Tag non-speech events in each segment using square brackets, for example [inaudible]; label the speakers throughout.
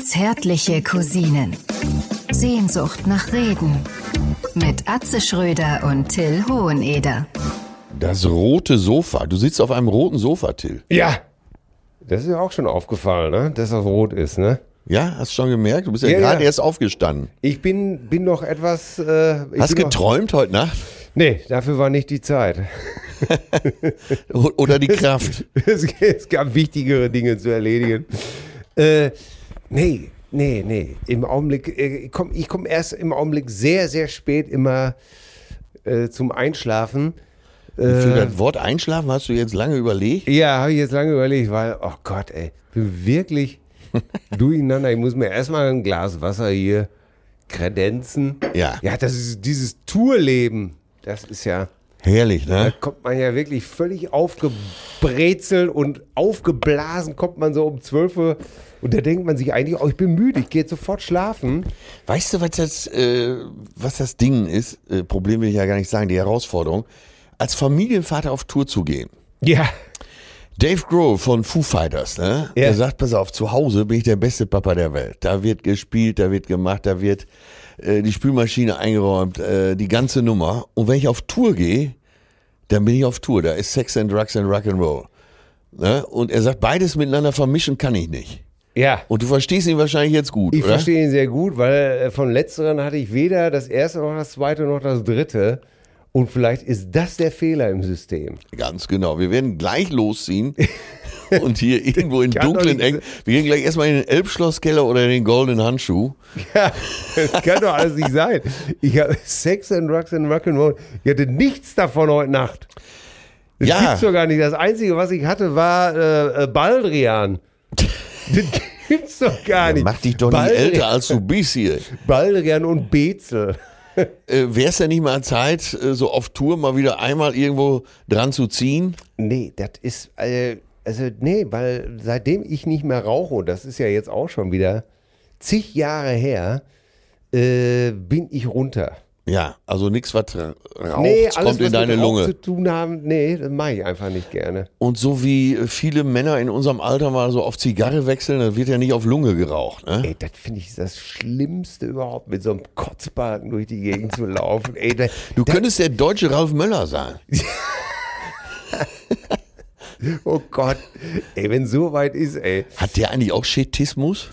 Speaker 1: Zärtliche Cousinen. Sehnsucht nach Reden. Mit Atze Schröder und Till Hoheneder.
Speaker 2: Das rote Sofa. Du sitzt auf einem roten Sofa, Till.
Speaker 3: Ja. Das ist mir auch schon aufgefallen, ne? dass das rot ist. Ne?
Speaker 2: Ja, hast schon gemerkt? Du bist ja,
Speaker 3: Ja,
Speaker 2: gerade
Speaker 3: ja.
Speaker 2: erst aufgestanden.
Speaker 3: Ich bin, bin noch etwas. Äh, ich
Speaker 2: Hast
Speaker 3: bin noch-
Speaker 2: geträumt heute Nacht?
Speaker 3: Nee, dafür war nicht die Zeit. [laughs]
Speaker 2: O- Oder die Kraft?
Speaker 3: es, es gab wichtigere Dinge zu erledigen. Äh, nee, nee, nee. Im Augenblick, äh, ich komme ich komm erst im Augenblick sehr, sehr spät immer äh, zum Einschlafen. Äh.
Speaker 2: Für das Wort einschlafen hast du jetzt lange überlegt?
Speaker 3: Ja, habe ich jetzt lange überlegt, weil, oh Gott, ey, bin wirklich durcheinander. Ich muss mir erstmal ein Glas Wasser hier kredenzen.
Speaker 2: Ja.
Speaker 3: Ja, das ist dieses Tourleben. Das ist ja,
Speaker 2: Herrlich,
Speaker 3: da
Speaker 2: ne?
Speaker 3: kommt man ja wirklich völlig aufgebrezelt und aufgeblasen, kommt man so um 12 Uhr. Und da denkt man sich eigentlich, oh, ich bin müde, ich gehe jetzt sofort schlafen.
Speaker 2: Weißt du, was das, äh, was das Ding ist? Äh, Problem will ich ja gar nicht sagen, die Herausforderung. Als Familienvater auf Tour zu gehen.
Speaker 3: Ja.
Speaker 2: Dave Grohl von Foo Fighters, ne?
Speaker 3: Ja.
Speaker 2: Der sagt, pass auf, zu Hause bin ich der beste Papa der Welt. Da wird gespielt, da wird gemacht, da wird äh, die Spülmaschine eingeräumt, äh, die ganze Nummer. Und wenn ich auf Tour gehe, dann bin ich auf Tour. Da ist Sex and Drugs and Rock'n'Roll. Ne? Und er sagt, beides miteinander vermischen kann ich nicht.
Speaker 3: Ja.
Speaker 2: Und du verstehst ihn wahrscheinlich jetzt gut,
Speaker 3: Ich
Speaker 2: oder?
Speaker 3: verstehe ihn sehr gut, weil äh, von letzteren hatte ich weder das erste noch das zweite noch das dritte. Und vielleicht ist das der Fehler im System.
Speaker 2: [laughs]
Speaker 3: [laughs]
Speaker 2: Ganz genau. Wir werden gleich losziehen und hier irgendwo in
Speaker 3: kann doch
Speaker 2: dunklen
Speaker 3: nicht
Speaker 2: Ecken. Wir gehen gleich erstmal in den Elbschlosskeller oder in den Goldenen Handschuh.
Speaker 3: Ja, das kann doch alles nicht sein. Ich habe Sex and Drugs and Rock'n'Roll. Ich hatte nichts davon heute Nacht. Das
Speaker 2: Ja.
Speaker 3: gibt's doch gar nicht. Das Einzige, was ich hatte, war äh,
Speaker 2: [laughs]
Speaker 3: äh, Baldrian. Das gibt's doch gar nicht.
Speaker 2: Mach dich doch nicht
Speaker 3: Baldrian,
Speaker 2: älter, als du bist hier.
Speaker 3: Baldrian und Bezel.
Speaker 2: Äh, Wäre es denn nicht mal Zeit, äh, so auf Tour mal wieder einmal irgendwo dran zu ziehen?
Speaker 3: Nee, das ist, äh, also nee, weil seitdem ich nicht mehr rauche, und das ist ja jetzt auch schon wieder zig Jahre her, äh, bin ich runter.
Speaker 2: Ja, also nichts, was ra- raucht, kommt in
Speaker 3: mit
Speaker 2: deine
Speaker 3: Rauch
Speaker 2: Lunge.
Speaker 3: zu tun haben, nee, das mache ich einfach nicht gerne.
Speaker 2: Und so wie äh, viele Männer in unserem Alter mal so auf Zigarre wechseln, dann wird ja nicht auf Lunge geraucht. Ne?
Speaker 3: Ey, das finde ich das Schlimmste überhaupt, mit so einem Kotzbalken durch die Gegend zu laufen. Ey, da,
Speaker 2: Du könntest der deutsche Ralf Möller sein.
Speaker 3: oh Gott, ey, wenn so weit ist, ey.
Speaker 2: Hat der eigentlich auch Schetismus?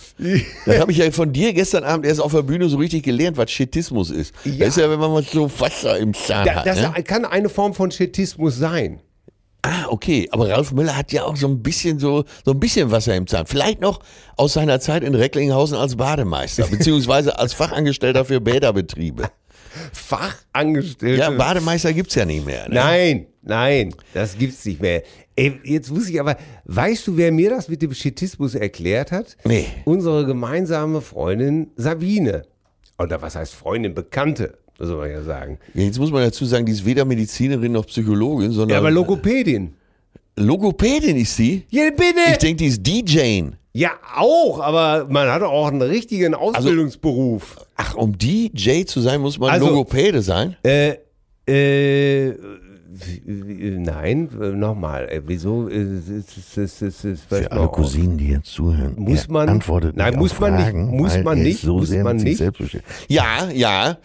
Speaker 2: Das habe ich ja von dir gestern Abend erst auf der Bühne so richtig gelernt, was Schetismus ist.
Speaker 3: Ja.
Speaker 2: Das ist ja, wenn man mal so Wasser im Zahn
Speaker 3: Da,
Speaker 2: hat.
Speaker 3: das
Speaker 2: ne?
Speaker 3: kann eine Form von Schetismus sein.
Speaker 2: Ah, okay. Aber Ralf Müller hat ja auch so ein bisschen so, so ein bisschen Wasser im Zahn. Vielleicht noch aus seiner Zeit in Recklinghausen als
Speaker 3: [laughs]
Speaker 2: Bademeister, beziehungsweise als Fachangestellter für Bäderbetriebe.
Speaker 3: Fachangestellte.
Speaker 2: Ja, Bademeister gibt's ja nicht mehr. Ne?
Speaker 3: Nein, nein, das gibt's nicht mehr. Ey, jetzt muss ich aber, weißt du, wer mir das mit dem Schittismus erklärt hat?
Speaker 2: Nee.
Speaker 3: Unsere gemeinsame Freundin Sabine. Oder was heißt Freundin? Bekannte, soll man ja sagen.
Speaker 2: Jetzt muss man dazu sagen, die ist weder Medizinerin noch Psychologin, sondern
Speaker 3: Ja, aber Logopädin.
Speaker 2: Logopädin ist sie.
Speaker 3: Ja,
Speaker 2: Ich
Speaker 3: bitte!
Speaker 2: denke, die ist DJin.
Speaker 3: Ja, auch, aber man hat auch einen richtigen Ausbildungsberuf.
Speaker 2: Ach, um DJ zu sein, muss man
Speaker 3: Also-
Speaker 2: Logopäde sein.
Speaker 3: äh, äh, nein, nochmal. Wieso? Äh, es ist- es ist- es ist-
Speaker 4: Für alle Cousinen, die jetzt zuhören,
Speaker 3: Muss
Speaker 4: er
Speaker 3: man-
Speaker 4: antwortet
Speaker 3: nein,
Speaker 4: nicht
Speaker 3: muss
Speaker 4: auf
Speaker 3: man nicht,
Speaker 4: Fragen,
Speaker 3: muss
Speaker 4: weil
Speaker 3: man
Speaker 4: er ist
Speaker 3: nicht,
Speaker 4: so
Speaker 3: muss
Speaker 4: sehr
Speaker 3: man
Speaker 4: mit sich
Speaker 3: nicht.
Speaker 4: selbst beschäftigt.
Speaker 2: Ja, ja.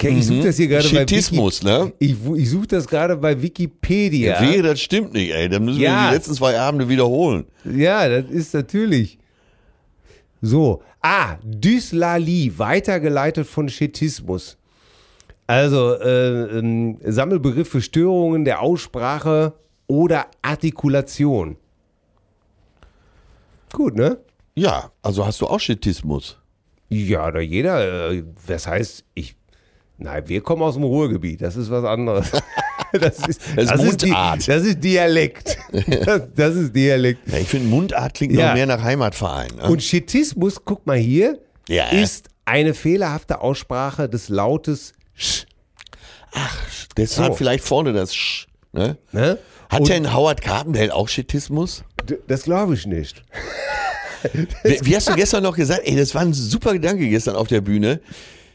Speaker 3: Ich suche das hier gerade bei Wiki.
Speaker 2: Schittismus, ne?
Speaker 3: Ich, wu- ich suche das gerade bei Wikipedia.
Speaker 2: Wehe, das stimmt nicht, ey. Dann müssen
Speaker 3: Ja.
Speaker 2: wir die letzten zwei Abende wiederholen.
Speaker 3: Ja, das ist natürlich. So. Ah, Dyslalie, weitergeleitet von Schettismus. Also, äh, ähm, Sammelbegriff für Störungen der Aussprache oder Artikulation. Gut, ne?
Speaker 2: Ja, also hast du auch Schettismus.
Speaker 3: Ja, da jeder, äh, das heißt, ich, nein, wir kommen aus dem Ruhrgebiet, das ist was anderes. [laughs] Das ist,
Speaker 2: Das ist
Speaker 3: Di-
Speaker 2: Mundart.
Speaker 3: das
Speaker 2: [laughs]
Speaker 3: ist Dialekt. Das, das ist Dialekt.
Speaker 2: Ja, ich finde, Mundart klingt
Speaker 3: Ja.
Speaker 2: noch mehr nach Heimatverein. Ne?
Speaker 3: Und Schismus, guck mal hier,
Speaker 2: Ja.
Speaker 3: ist eine fehlerhafte Aussprache des Lautes Sch.
Speaker 2: Deshalb
Speaker 3: so.
Speaker 2: vielleicht vorne das Sch. Ne?
Speaker 3: Ne?
Speaker 2: Hat
Speaker 3: Und-
Speaker 2: denn Howard Carpendale auch
Speaker 3: [laughs]
Speaker 2: Schettismus?
Speaker 3: D- Das glaube ich nicht.
Speaker 2: Wie, wie hast du gestern noch gesagt? Ey, das war ein super Gedanke gestern auf der Bühne.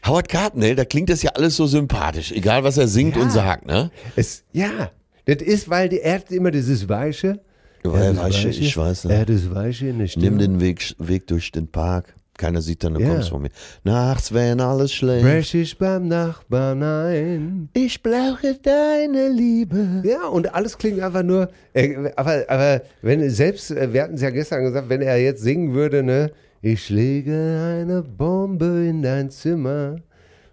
Speaker 2: Howard Carpendale, da klingt das ja alles so sympathisch, egal was er singt
Speaker 3: Ja.
Speaker 2: und sagt, ne?
Speaker 3: Es, ja, das ist, weil die Erde immer dieses Weiche,
Speaker 2: Weil Weiche ist Weiße.
Speaker 3: Ja, das Weiche in der Stirn.
Speaker 2: Nimm den Weg, Weg durch den Park. Keiner sieht dann, du
Speaker 3: Ja.
Speaker 2: kommst von mir. Nachts, wenn alles schläft.
Speaker 3: Fresh ist beim Nachbarn ein.
Speaker 2: Ich brauche deine Liebe.
Speaker 3: Ja, und alles klingt einfach nur, äh, aber, aber wenn er selbst, äh, wir hatten es ja gestern gesagt, wenn er jetzt singen würde, ne, ich lege eine Bombe in dein Zimmer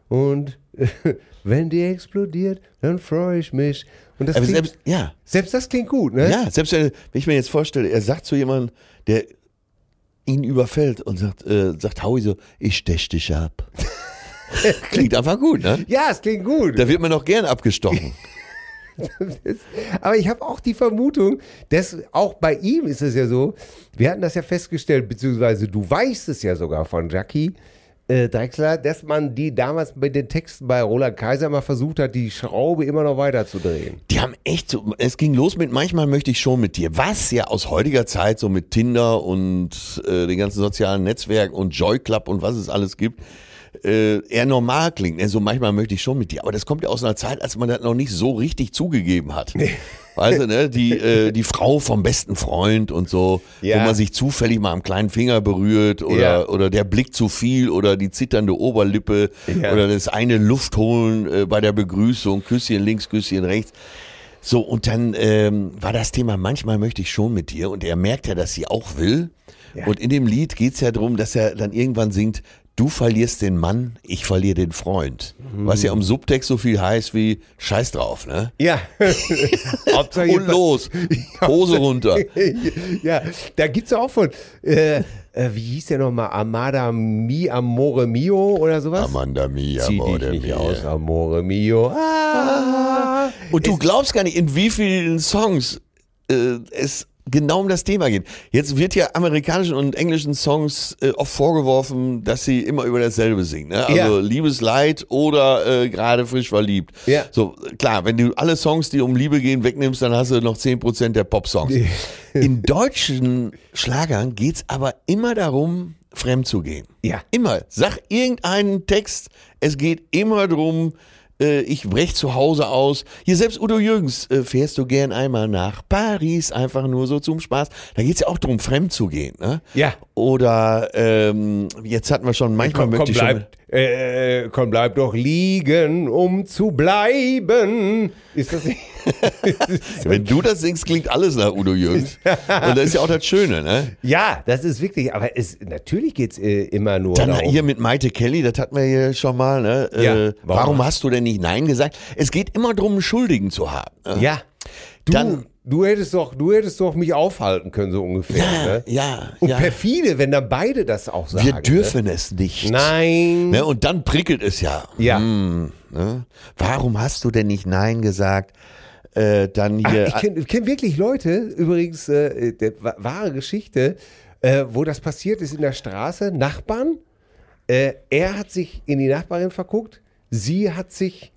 Speaker 3: und [laughs] wenn die explodiert, dann freue ich mich. Und das
Speaker 2: Aber
Speaker 3: klingt,
Speaker 2: selbst,
Speaker 3: selbst,
Speaker 2: ja,
Speaker 3: das klingt gut, ne?
Speaker 2: ja, selbst wenn, wenn ich mir jetzt vorstelle, er sagt zu jemandem, der ihn überfällt und sagt, äh, sagt Howie so, ich stech dich ab. Klingt einfach gut, ne?
Speaker 3: Ja, es klingt gut.
Speaker 2: Da wird man doch gern abgestochen.
Speaker 3: Aber ich habe auch die Vermutung, dass auch bei ihm ist es ja so, wir hatten das ja festgestellt, beziehungsweise du weißt es ja sogar von Jackie äh, Drexler, dass man die damals mit den Texten bei Roland Kaiser mal versucht hat, die Schraube immer noch weiter zu drehen.
Speaker 2: Die haben echt so, es ging los mit, manchmal möchte ich schon mit dir, was ja aus heutiger Zeit so mit Tinder und äh, den ganzen sozialen Netzwerken und Joy Club und was es alles gibt, äh, eher normal klingt. Also manchmal möchte ich schon mit dir, aber das kommt ja aus einer Zeit, als man das noch nicht so richtig zugegeben hat. Weißt
Speaker 3: [laughs]
Speaker 2: du, ne, die, äh, die Frau vom besten Freund und so,
Speaker 3: Ja.
Speaker 2: wo man sich zufällig mal am kleinen Finger berührt oder,
Speaker 3: Ja.
Speaker 2: oder der Blick zu viel oder die zitternde Oberlippe
Speaker 3: Ja.
Speaker 2: oder das eine Luft holen äh, bei der Begrüßung, Küsschen links, Küsschen rechts. So, und dann ähm, war das Thema, manchmal möchte ich schon mit dir. Und er merkt ja, dass sie auch will. Und in dem Lied geht es ja darum, dass er dann irgendwann singt, du verlierst den Mann, ich verliere den Freund. Was ja im Subtext so viel heißt wie Scheiß drauf, ne?
Speaker 3: Ja. Hauptsache
Speaker 2: Und los, Hose runter.
Speaker 3: [laughs] ja, da gibt es auch von, äh, äh, wie hieß der nochmal, Amada Mi Amore Mio oder sowas?
Speaker 2: Amanda Mia,
Speaker 3: Zieh dich
Speaker 2: Amore
Speaker 3: nicht
Speaker 2: Mia.
Speaker 3: aus, Amore Mio. Ah.
Speaker 2: Und du glaubst gar nicht, in wie vielen Songs äh, es genau um das Thema geht. Jetzt wird ja amerikanischen und englischen Songs äh, oft vorgeworfen, dass sie immer über dasselbe singen. Ne? Also
Speaker 3: Ja.
Speaker 2: Liebesleid oder äh, gerade frisch verliebt.
Speaker 3: Ja.
Speaker 2: So klar, wenn du alle Songs, die um Liebe gehen, wegnimmst, dann hast du noch 10% der Pop-Songs. in deutschen Schlagern geht's aber immer darum, fremd zu gehen.
Speaker 3: Ja.
Speaker 2: Immer. Sag irgendeinen Text. Es geht immer drum, äh, ich brech zu Hause aus. Hier selbst Udo Jürgens, äh, fährst du gern einmal nach Paris, einfach nur so zum Spaß. Da geht's ja auch drum, fremd zu gehen. Ne?
Speaker 3: Ja.
Speaker 2: Oder ähm, jetzt hatten wir schon, manchmal
Speaker 3: Komm,
Speaker 2: möchte
Speaker 3: komm,
Speaker 2: ich schon...
Speaker 3: bleib, äh, komm, bleib doch liegen, um zu bleiben. Ist das
Speaker 2: [laughs]
Speaker 3: nicht?
Speaker 2: Wenn du das singst, klingt alles nach Udo
Speaker 3: [laughs]
Speaker 2: Jürgens. Und das ist ja auch das Schöne, ne?
Speaker 3: ja, das ist wirklich, aber es, natürlich geht es äh, immer nur
Speaker 2: Dann
Speaker 3: darum.
Speaker 2: hier mit Maite Kelly, das hatten wir hier schon mal, ne?
Speaker 3: Ja,
Speaker 2: äh,
Speaker 3: warum
Speaker 2: warum
Speaker 3: hast-
Speaker 2: hast du denn nicht Nein gesagt? Es geht immer drum, einen Schuldigen zu haben. Ne?
Speaker 3: ja, du,
Speaker 2: Dann-
Speaker 3: du, hättest doch, du hättest doch mich aufhalten können, so ungefähr.
Speaker 2: ja,
Speaker 3: ne?
Speaker 2: ja.
Speaker 3: Und
Speaker 2: ja.
Speaker 3: perfide, wenn dann beide das auch sagen.
Speaker 2: Wir dürfen es nicht.
Speaker 3: Ne? Nein.
Speaker 2: Ne, und dann prickelt es ja.
Speaker 3: Ja.
Speaker 2: Hm, ne? Warum hast du denn nicht Nein gesagt? Äh, dann
Speaker 3: Ach,
Speaker 2: hier.
Speaker 3: Ah, ich kenne kenn wirklich Leute, übrigens, äh, der, wa- wahre Geschichte, äh, wo das passiert ist in der Straße, Nachbarn. Äh, er hat sich in die Nachbarin verguckt, sie hat sich,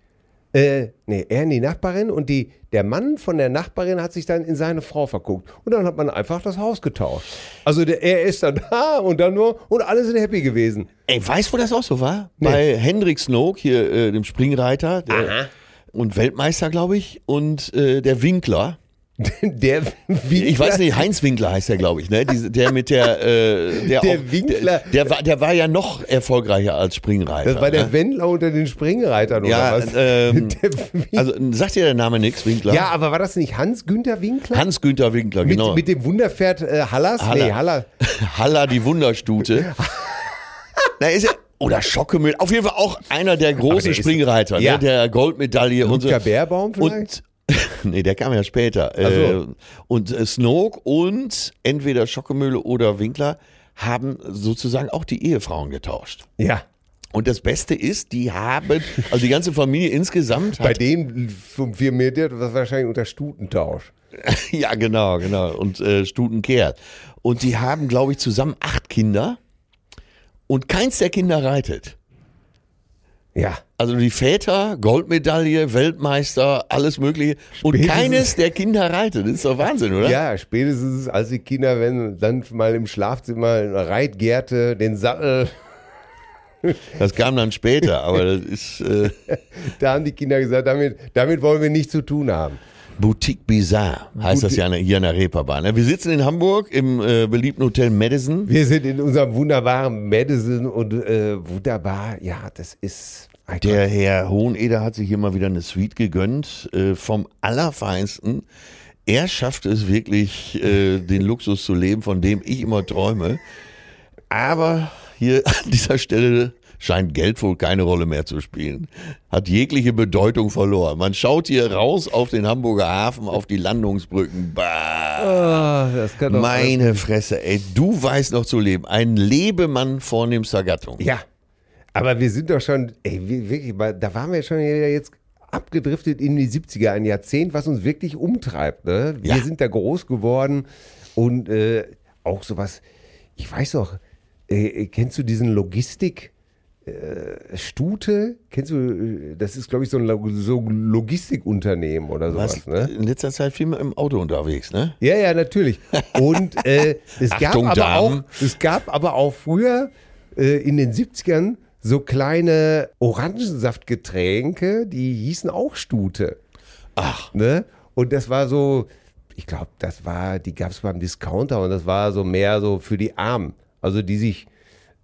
Speaker 3: äh, nee, er in die Nachbarin und die, der Mann von der Nachbarin hat sich dann in seine Frau verguckt. Und dann hat man einfach das Haus getauscht. Also der, er ist dann [laughs] da und dann nur und alle sind happy gewesen. [laughs]
Speaker 2: ey, weißt du, wo das auch so war? Bei Hendrik Snook, hier äh, dem Springreiter der, und Weltmeister, glaube ich, und äh, der Winkler.
Speaker 3: Der Winkler,
Speaker 2: Ich weiß nicht, Heinz Winkler heißt er, glaube ich, ne? Diese, der mit der, äh, der,
Speaker 3: Der Winkler.
Speaker 2: Der, der, war, der war ja noch erfolgreicher als Springreiter.
Speaker 3: Das war der
Speaker 2: ne?
Speaker 3: Wendler unter den Springreitern
Speaker 2: ja,
Speaker 3: oder was?
Speaker 2: ähm,
Speaker 3: [laughs] Der Winkler.
Speaker 2: also sagt dir der Name nix, Winkler?
Speaker 3: Ja, aber war das nicht Hans-Günter Winkler?
Speaker 2: Hans Günther Winkler,
Speaker 3: mit,
Speaker 2: genau.
Speaker 3: mit dem Wunderpferd äh, Hallas?
Speaker 2: Haller.
Speaker 3: Nee, Haller.
Speaker 2: Halla die
Speaker 3: [laughs]
Speaker 2: Wunderstute. Na, ist ja, oder Schockemüll. Auf jeden Fall auch einer der
Speaker 3: Aber der
Speaker 2: großen
Speaker 3: ist-
Speaker 2: Springreiter,
Speaker 3: ja.
Speaker 2: ne? der Goldmedaille und so.
Speaker 3: Ludger Bärbaum vielleicht?
Speaker 2: Und, [laughs] nee, der kam ja später.
Speaker 3: Ach so.
Speaker 2: Äh, Und äh, Snoke und entweder Schockemühle oder Winkler haben sozusagen auch die Ehefrauen getauscht.
Speaker 3: Ja.
Speaker 2: Und das Beste ist, die haben, also die ganze Familie insgesamt
Speaker 3: Bei
Speaker 2: hat,
Speaker 3: dem vom 4 Meter war wahrscheinlich unter Stutentausch.
Speaker 2: [laughs] ja genau, genau, und äh, Stutenkerl. Und die haben, glaube ich, zusammen acht Kinder und keins der Kinder reitet.
Speaker 3: Ja.
Speaker 2: Also die Väter, Goldmedaille, Weltmeister, alles Mögliche. Und
Speaker 3: Spätestens-
Speaker 2: keines der Kinder reitet. Das ist doch Wahnsinn, oder?
Speaker 3: Ja, spätestens als die Kinder wenn dann mal im Schlafzimmer in der Reitgerte den Sattel, [laughs]
Speaker 2: Das kam dann später, aber das ist. Äh,
Speaker 3: da haben die Kinder gesagt, damit, damit wollen wir nichts zu tun haben.
Speaker 2: Boutique Bizarre heißt das ja an der- hier an der Reeperbahn. ne? Wir sitzen in Hamburg im äh, beliebten Hotel Madison.
Speaker 3: Wir sind in unserem wunderbaren Madison und äh, wunderbar, ja, das ist ein
Speaker 2: Der Herr Hoheneder hat sich hier mal wieder eine Suite gegönnt äh, vom Allerfeinsten. Er schafft es wirklich, äh, den Luxus zu leben, von dem ich immer träume. Aber hier [laughs] an dieser Stelle scheint Geld wohl keine Rolle mehr zu spielen. Hat jegliche Bedeutung verloren. Man schaut hier raus auf den Hamburger Hafen, auf die Landungsbrücken. Bah.
Speaker 3: Ah, das kann doch-
Speaker 2: Meine Fresse, ey, du weißt noch zu leben. Ein Lebemann vornehmster Gattung.
Speaker 3: Ja, aber wir sind doch schon, ey, wir- wirklich, mal- da waren wir schon wieder jetzt abgedriftet in die 70er, ein Jahrzehnt, was uns wirklich umtreibt. Ne? Wir
Speaker 2: Ja.
Speaker 3: sind da groß geworden und äh, auch sowas, ich weiß noch, äh, kennst du diesen Logistik? äh, Stute, kennst du, äh, das ist glaube ich so ein Log so Logistikunternehmen oder sowas,
Speaker 2: Was,
Speaker 3: ne?
Speaker 2: In letzter Zeit viel mehr im Auto unterwegs, ne?
Speaker 3: Ja, ja, natürlich. Und
Speaker 2: [laughs]
Speaker 3: äh, es, gab
Speaker 2: Achtung,
Speaker 3: aber auch,
Speaker 2: Damen.
Speaker 3: es gab aber auch früher äh, in den 70ern so kleine Orangensaftgetränke, die hießen auch Stute. Ach. Ne? Und das war so, ich glaube, das war, die gab es beim Discounter und das war so mehr so für die Armen. Also die sich,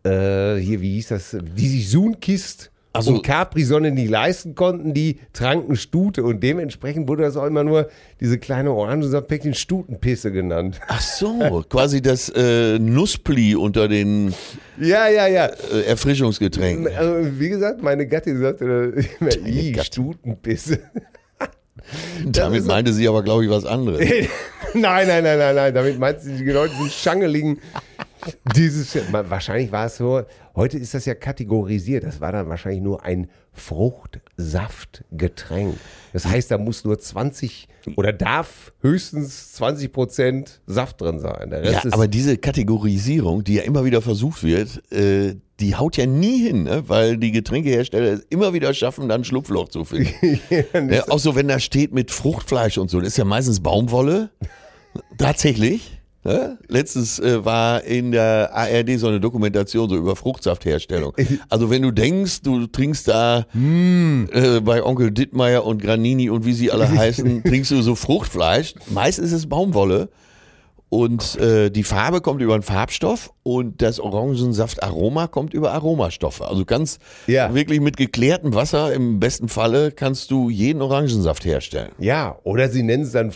Speaker 3: äh, hier, wie hieß das, die sich Sunkist
Speaker 2: Also-
Speaker 3: und Capri-Sonne nicht leisten konnten, die tranken Stute und dementsprechend wurde das auch immer nur diese kleine Orangensaftpäckchen Stutenpisse genannt.
Speaker 2: Ach so, quasi das äh, Nusspli unter den
Speaker 3: Ja, ja, ja.
Speaker 2: äh, Erfrischungsgetränken.
Speaker 3: Also, wie gesagt, meine Gattin sagte [laughs] immer, "Ih,
Speaker 2: Gattin."
Speaker 3: Stutenpisse.
Speaker 2: Damit
Speaker 3: ist-
Speaker 2: meinte sie aber, glaube ich, was anderes.
Speaker 3: [laughs] nein, nein, nein, nein, nein. Damit meinst du die Leute, die Schangeligen. Dieses, Ma- wahrscheinlich war es so, heute ist das ja kategorisiert. Das war dann wahrscheinlich nur ein Fruchtsaftgetränk. Das heißt, da muss nur 20 oder darf höchstens 20 Prozent Saft drin sein. Der
Speaker 2: Ja,
Speaker 3: Rest ist,
Speaker 2: aber diese Kategorisierung, die ja immer wieder versucht wird, äh, die haut ja nie hin, ne? weil die Getränkehersteller es immer wieder schaffen, dann ein Schlupfloch zu finden. ja, auch so, wenn da steht mit Fruchtfleisch und so, das ist ja meistens Baumwolle. Tatsächlich. Ne? Letztens äh, war in der ARD so eine Dokumentation so über Fruchtsaftherstellung. Also wenn du denkst, du trinkst da äh, bei Onkel Dittmeier und Granini und wie sie alle heißen, trinkst du so Fruchtfleisch. Meistens ist es Baumwolle. Und äh, die Farbe kommt über einen Farbstoff und das Orangensaft-Aroma kommt über Aromastoffe. Also ganz
Speaker 3: Ja.
Speaker 2: wirklich mit geklärtem Wasser im besten Falle kannst du jeden Orangensaft herstellen.
Speaker 3: [laughs] ja, oder sie nennen es dann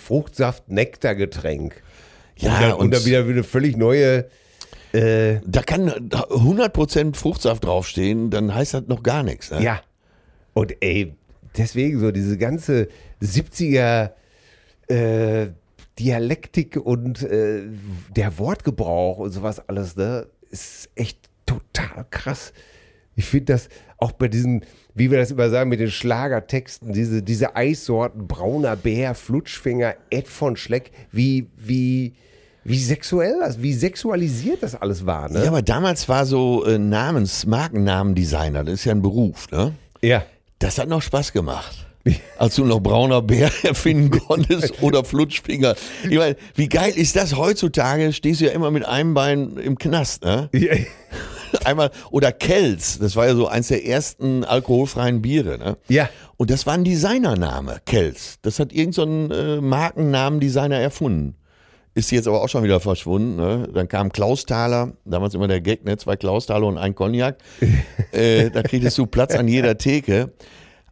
Speaker 3: Fruchtsaft-Nektargetränk. und,
Speaker 2: Ja,
Speaker 3: dann, und dann wieder wieder völlig neue.
Speaker 2: da kann da 100% Fruchtsaft draufstehen, dann heißt das noch gar nichts. Ne?
Speaker 3: Ja. Und ey, deswegen so diese ganze 70er äh, Dialektik und äh, der Wortgebrauch und sowas alles, ne, ist echt total krass. Ich finde das auch bei diesen, wie wir das immer sagen, mit den Schlagertexten, diese, diese Eissorten, brauner Bär, Flutschfinger, Ed von Schleck, wie, wie, wie sexuell das, wie sexualisiert das alles war,
Speaker 2: Ja,
Speaker 3: ne?
Speaker 2: aber damals war so äh, Namens, Markennamendesigner, das ist ja ein Beruf, ne?
Speaker 3: Ja.
Speaker 2: Das hat noch Spaß gemacht. Als du noch brauner Bär [laughs] erfinden konntest oder Flutschfinger. Ich meine, wie geil ist das? Heutzutage stehst du ja immer mit einem Bein im Knast, ne?
Speaker 3: [laughs] ja.
Speaker 2: [laughs] Einmal, oder Kelz, das war ja so eins der ersten alkoholfreien Biere, ne?
Speaker 3: Ja.
Speaker 2: Und das war ein Designername, Kelz. Das hat irgendein so ein, äh, Markennamen-Designer erfunden. Ist jetzt aber auch schon wieder verschwunden. Ne? Dann kam Klausthaler, damals immer der Gag, ne? zwei Klausthaler und ein
Speaker 3: [laughs]
Speaker 2: Cognac. äh, da kriegtest du Platz an jeder Theke.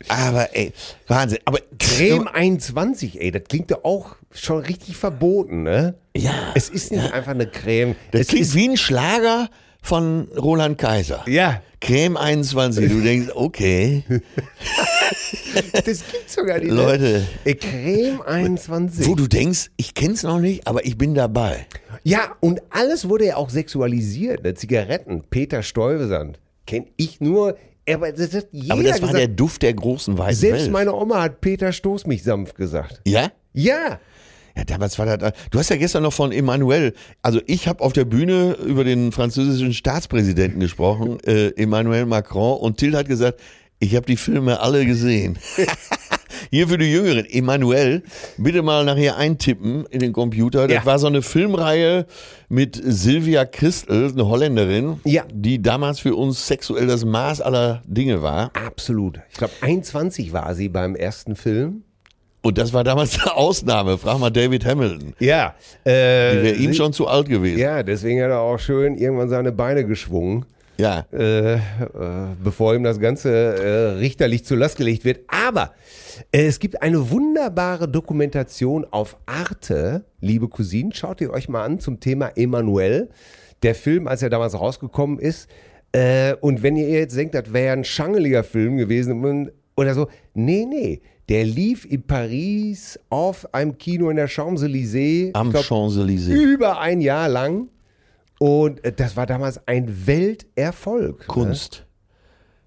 Speaker 2: Aber ey, Wahnsinn. Aber
Speaker 3: Creme 21, ey, das klingt ja auch schon richtig verboten, ne?
Speaker 2: Ja.
Speaker 3: Es ist nicht einfach eine Creme.
Speaker 2: Das
Speaker 3: es
Speaker 2: klingt
Speaker 3: ist,
Speaker 2: wie ein Schlager von Roland Kaiser.
Speaker 3: ja,
Speaker 2: Creme 21, du denkst, okay,
Speaker 3: das gibt's sogar nicht. ne?
Speaker 2: Leute.
Speaker 3: Ey, Creme 21.
Speaker 2: wo du denkst, ich kenn's noch nicht, aber ich bin dabei.
Speaker 3: Ja, und alles wurde ja auch sexualisiert. Ne? Zigaretten, Peter Stuyvesant, kenn ich nur, aber das hat jeder
Speaker 2: Aber das war der
Speaker 3: gesagt.
Speaker 2: Duft der großen weißen
Speaker 3: Selbst
Speaker 2: Welt.
Speaker 3: meine Oma hat Peter Stoß mich sanft gesagt.
Speaker 2: ja?
Speaker 3: Ja,
Speaker 2: Ja, damals war das. Du hast ja gestern noch von Emmanuel. Also ich habe auf der Bühne über den französischen Staatspräsidenten gesprochen, äh, Emmanuel Macron, und Till hat gesagt, ich habe die Filme alle
Speaker 3: [laughs]
Speaker 2: gesehen. Hier für die Jüngeren, Emmanuel, bitte mal nachher eintippen in den Computer. Das
Speaker 3: Ja.
Speaker 2: war so eine Filmreihe mit Sylvia Christel, eine Holländerin,
Speaker 3: Ja.
Speaker 2: die damals für uns sexuell das Maß aller Dinge war.
Speaker 3: absolut. Ich glaube, 21 war sie beim ersten Film.
Speaker 2: Und das war damals eine Ausnahme. Frag mal David Hamilton.
Speaker 3: Ja.
Speaker 2: Die
Speaker 3: Äh,
Speaker 2: wäre ihm
Speaker 3: sie-
Speaker 2: schon zu alt gewesen.
Speaker 3: Ja, deswegen hat er auch schön irgendwann seine Beine geschwungen,
Speaker 2: Ja.
Speaker 3: äh, äh, bevor ihm das Ganze äh, richterlich zur Last gelegt wird. Aber äh, es gibt eine wunderbare Dokumentation auf Arte, liebe Cousinen, schaut ihr euch mal an zum Thema Emanuel. Der Film, als er damals rausgekommen ist. Äh, und wenn ihr jetzt denkt, das wäre ein schangeliger Film gewesen und- oder so, nee, nee. Der lief in Paris auf einem Kino in der Champs-Élysées.
Speaker 2: Am
Speaker 3: Ich glaub,
Speaker 2: Champs-Élysées.
Speaker 3: über ein Jahr lang. Und äh, das war damals ein Welterfolg.
Speaker 2: Kunst.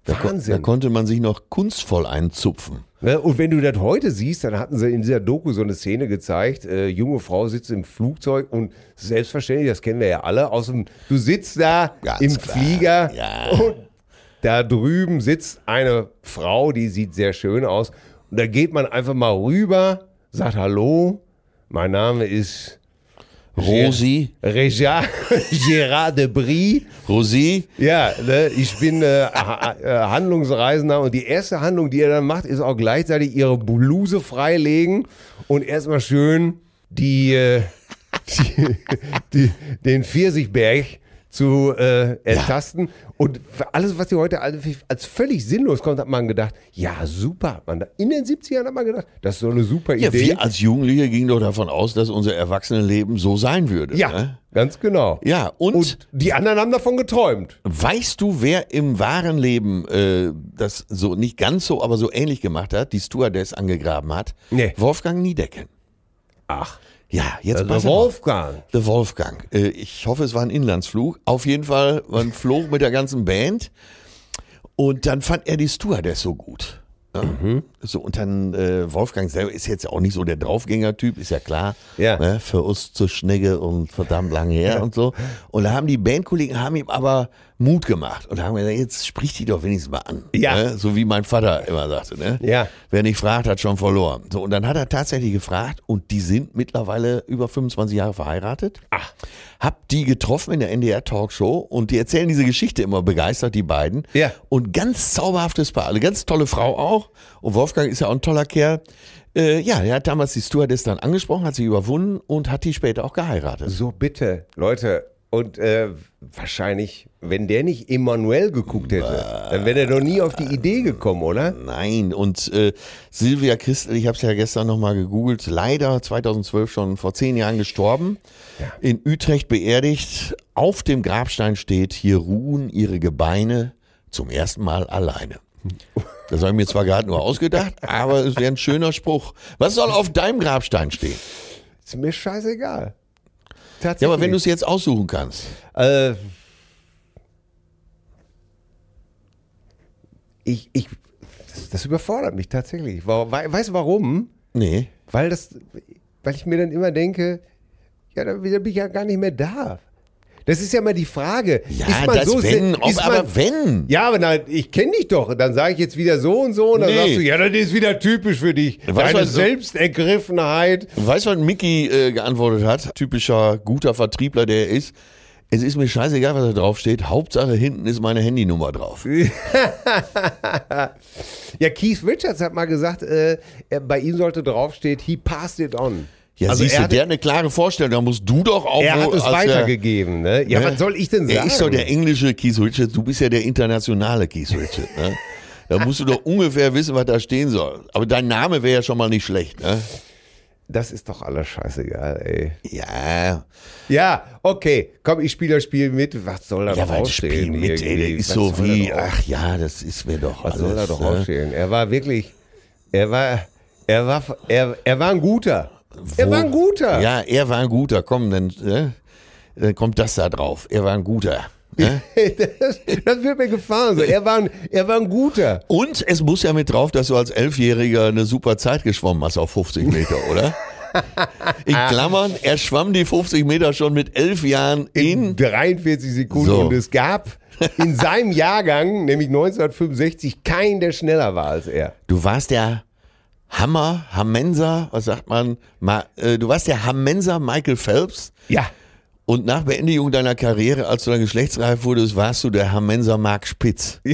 Speaker 2: Da, ko- da
Speaker 3: Äh, Wahnsinn.
Speaker 2: konnte man sich noch kunstvoll einzupfen.
Speaker 3: Ne? Und wenn du das heute siehst, dann hatten sie in dieser Doku so eine Szene gezeigt. Äh, junge Frau sitzt im Flugzeug und selbstverständlich, das kennen wir ja alle, aus dem, du sitzt da
Speaker 2: Ganz
Speaker 3: im
Speaker 2: klar,
Speaker 3: Flieger
Speaker 2: ja.
Speaker 3: und da drüben sitzt eine Frau, die sieht sehr schön aus. Und da geht man einfach mal rüber, sagt Hallo, mein Name ist
Speaker 2: Rosi,
Speaker 3: Reja [laughs] Gérard de Brie.
Speaker 2: Rosi,
Speaker 3: Ja, ne, ich bin äh, ha äh, Handlungsreisender und die erste Handlung, die er dann macht, ist auch gleichzeitig ihre Bluse freilegen und erstmal schön die, äh, die, die, den Pfirsichberg zu äh, ertasten. Und für alles, was dir heute alle- als völlig sinnlos kommt, hat man gedacht, ja, super, hat man da. In den 70ern hat man gedacht, das ist so eine super
Speaker 2: ja,
Speaker 3: Idee.
Speaker 2: wir als Jugendliche gingen doch davon aus, dass unser Erwachsenenleben so sein würde.
Speaker 3: ja,
Speaker 2: Ne?
Speaker 3: ganz genau.
Speaker 2: Ja, und,
Speaker 3: Und die anderen haben davon geträumt.
Speaker 2: weißt du, wer im wahren Leben äh, das so nicht ganz so, aber so ähnlich gemacht hat, die Stewardess angegraben hat?
Speaker 3: Nee.
Speaker 2: Wolfgang Niedecken.
Speaker 3: Ach,
Speaker 2: Ja, jetzt pass
Speaker 3: also
Speaker 2: auf.
Speaker 3: Wolfgang.
Speaker 2: Der Wolfgang. Äh, Ich hoffe, es war ein Inlandsflug. Auf jeden Fall, man flog mit der ganzen Band. Und dann fand er die Stewardess so gut. Ja.
Speaker 3: Mhm.
Speaker 2: So, und dann äh, Wolfgang selber ist jetzt auch nicht so der Draufgänger-Typ, ist ja klar.
Speaker 3: Ja.
Speaker 2: Ne, für uns zu schnegge und verdammt lang her und so. Und da haben die Bandkollegen haben ihm aber Mut gemacht und haben gesagt, jetzt sprich die doch wenigstens mal an.
Speaker 3: Ja.
Speaker 2: Ne? So wie mein Vater immer sagte. Ne?
Speaker 3: Ja.
Speaker 2: Wer nicht fragt, hat schon verloren. So, und dann hat er tatsächlich gefragt und die sind mittlerweile über 25 Jahre verheiratet. Ach. Hab die getroffen in der NDR Talkshow und die erzählen diese Geschichte immer begeistert, die beiden.
Speaker 3: Ja.
Speaker 2: Und ganz zauberhaftes Paar. Eine ganz tolle Frau auch. Und Wolfgang ist ja auch ein toller Kerl. Äh, ja, der hat damals die Stewardess dann angesprochen, hat sie überwunden und hat die später auch geheiratet.
Speaker 3: So bitte, Leute. Und äh, wahrscheinlich, wenn der nicht Emanuel geguckt hätte, dann wäre der doch nie auf die Idee gekommen, oder?
Speaker 2: Nein, und äh, Silvia Christel, ich habe es ja gestern nochmal gegoogelt, leider 2012 schon vor zehn Jahren gestorben, in Utrecht beerdigt. Auf dem Grabstein steht, hier ruhen ihre Gebeine zum ersten Mal alleine. Das habe ich mir zwar gerade nur ausgedacht, aber es wäre ein schöner Spruch. Was soll auf deinem Grabstein stehen?
Speaker 3: Ist mir scheißegal.
Speaker 2: Ja,
Speaker 3: Tatsächlich.
Speaker 2: aber wenn du es jetzt aussuchen kannst.
Speaker 3: Äh, ich, ich, das, das überfordert mich tatsächlich. Wa- wa- Weißt du warum?
Speaker 2: Nee.
Speaker 3: Weil das, weil ich mir dann immer denke, ja, da bin ich ja gar nicht mehr da. Das ist ja mal die Frage.
Speaker 2: Ja,
Speaker 3: ist man
Speaker 2: das
Speaker 3: so
Speaker 2: wenn,
Speaker 3: sin-
Speaker 2: ob,
Speaker 3: ist man,
Speaker 2: aber wenn.
Speaker 3: Ja, aber na, ich kenne dich doch. Dann sage ich jetzt wieder so und so und dann
Speaker 2: Nee.
Speaker 3: sagst du, ja, das ist wieder typisch für dich.
Speaker 2: Weißt du, also-
Speaker 3: Deine
Speaker 2: was so-
Speaker 3: Selbstergriffenheit.
Speaker 2: Weißt du, was Mickey äh, geantwortet hat? Typischer guter Vertriebler, der er ist. Es ist mir scheißegal, was da drauf steht. Hauptsache hinten ist meine Handynummer drauf.
Speaker 3: Ja, Keith Richards hat mal gesagt, äh, er- bei ihm sollte draufstehen, he passed it on.
Speaker 2: Ja,
Speaker 3: Also
Speaker 2: siehst
Speaker 3: er
Speaker 2: du,
Speaker 3: hatte-
Speaker 2: der hat eine klare Vorstellung. Da musst du doch auch.
Speaker 3: Er hat
Speaker 2: wohl
Speaker 3: es
Speaker 2: als der-
Speaker 3: weitergegeben, ne? Ja,
Speaker 2: Ne?
Speaker 3: was soll ich denn sagen?
Speaker 2: Er ist doch der englische Keith Richards. Du bist ja der internationale Keith Richards. Ne? Da musst du doch ungefähr wissen, was da stehen soll. Aber dein Name wäre ja schon mal nicht schlecht. Ne?
Speaker 3: das ist doch alles scheißegal, ey.
Speaker 2: Ja,
Speaker 3: Ja, okay. Komm, ich spiele das Spiel mit. Was soll da
Speaker 2: ja, weil das Spiel
Speaker 3: draufstehen?
Speaker 2: mit ey, der
Speaker 3: irgendwie?
Speaker 2: ist
Speaker 3: Was
Speaker 2: so
Speaker 3: soll da
Speaker 2: wie,
Speaker 3: drauf-
Speaker 2: ach ja, das ist mir doch
Speaker 3: Was
Speaker 2: alles.
Speaker 3: soll da doch
Speaker 2: ne?
Speaker 3: aufstehen? Er war wirklich, er war, er war, er, er war ein guter. Er
Speaker 2: Wo-
Speaker 3: war ein guter.
Speaker 2: Ja, er war ein guter. Komm, dann, ne? dann kommt das da drauf. Er war ein guter.
Speaker 3: [laughs]
Speaker 2: Ne?
Speaker 3: [laughs] Das, das wird mir gefallen. So, er war ein, er war ein guter.
Speaker 2: Und es muss ja mit drauf, dass du als Elfjähriger eine super Zeit geschwommen hast auf 50 Meter,
Speaker 3: [laughs]
Speaker 2: oder? In Klammern, er schwamm die 50 Meter schon mit elf Jahren in.
Speaker 3: In 43 Sekunden.
Speaker 2: So.
Speaker 3: Und es gab in seinem Jahrgang, [laughs] nämlich 1965, keinen, der schneller war als er.
Speaker 2: Du warst der Hammer, Hamenser, was sagt man? Ma, äh, du warst der Hamenser Michael Phelps.
Speaker 3: Ja.
Speaker 2: Und nach Beendigung deiner Karriere, als du dann geschlechtsreif wurdest, warst du der Hamenser Mark Spitz.
Speaker 3: [laughs]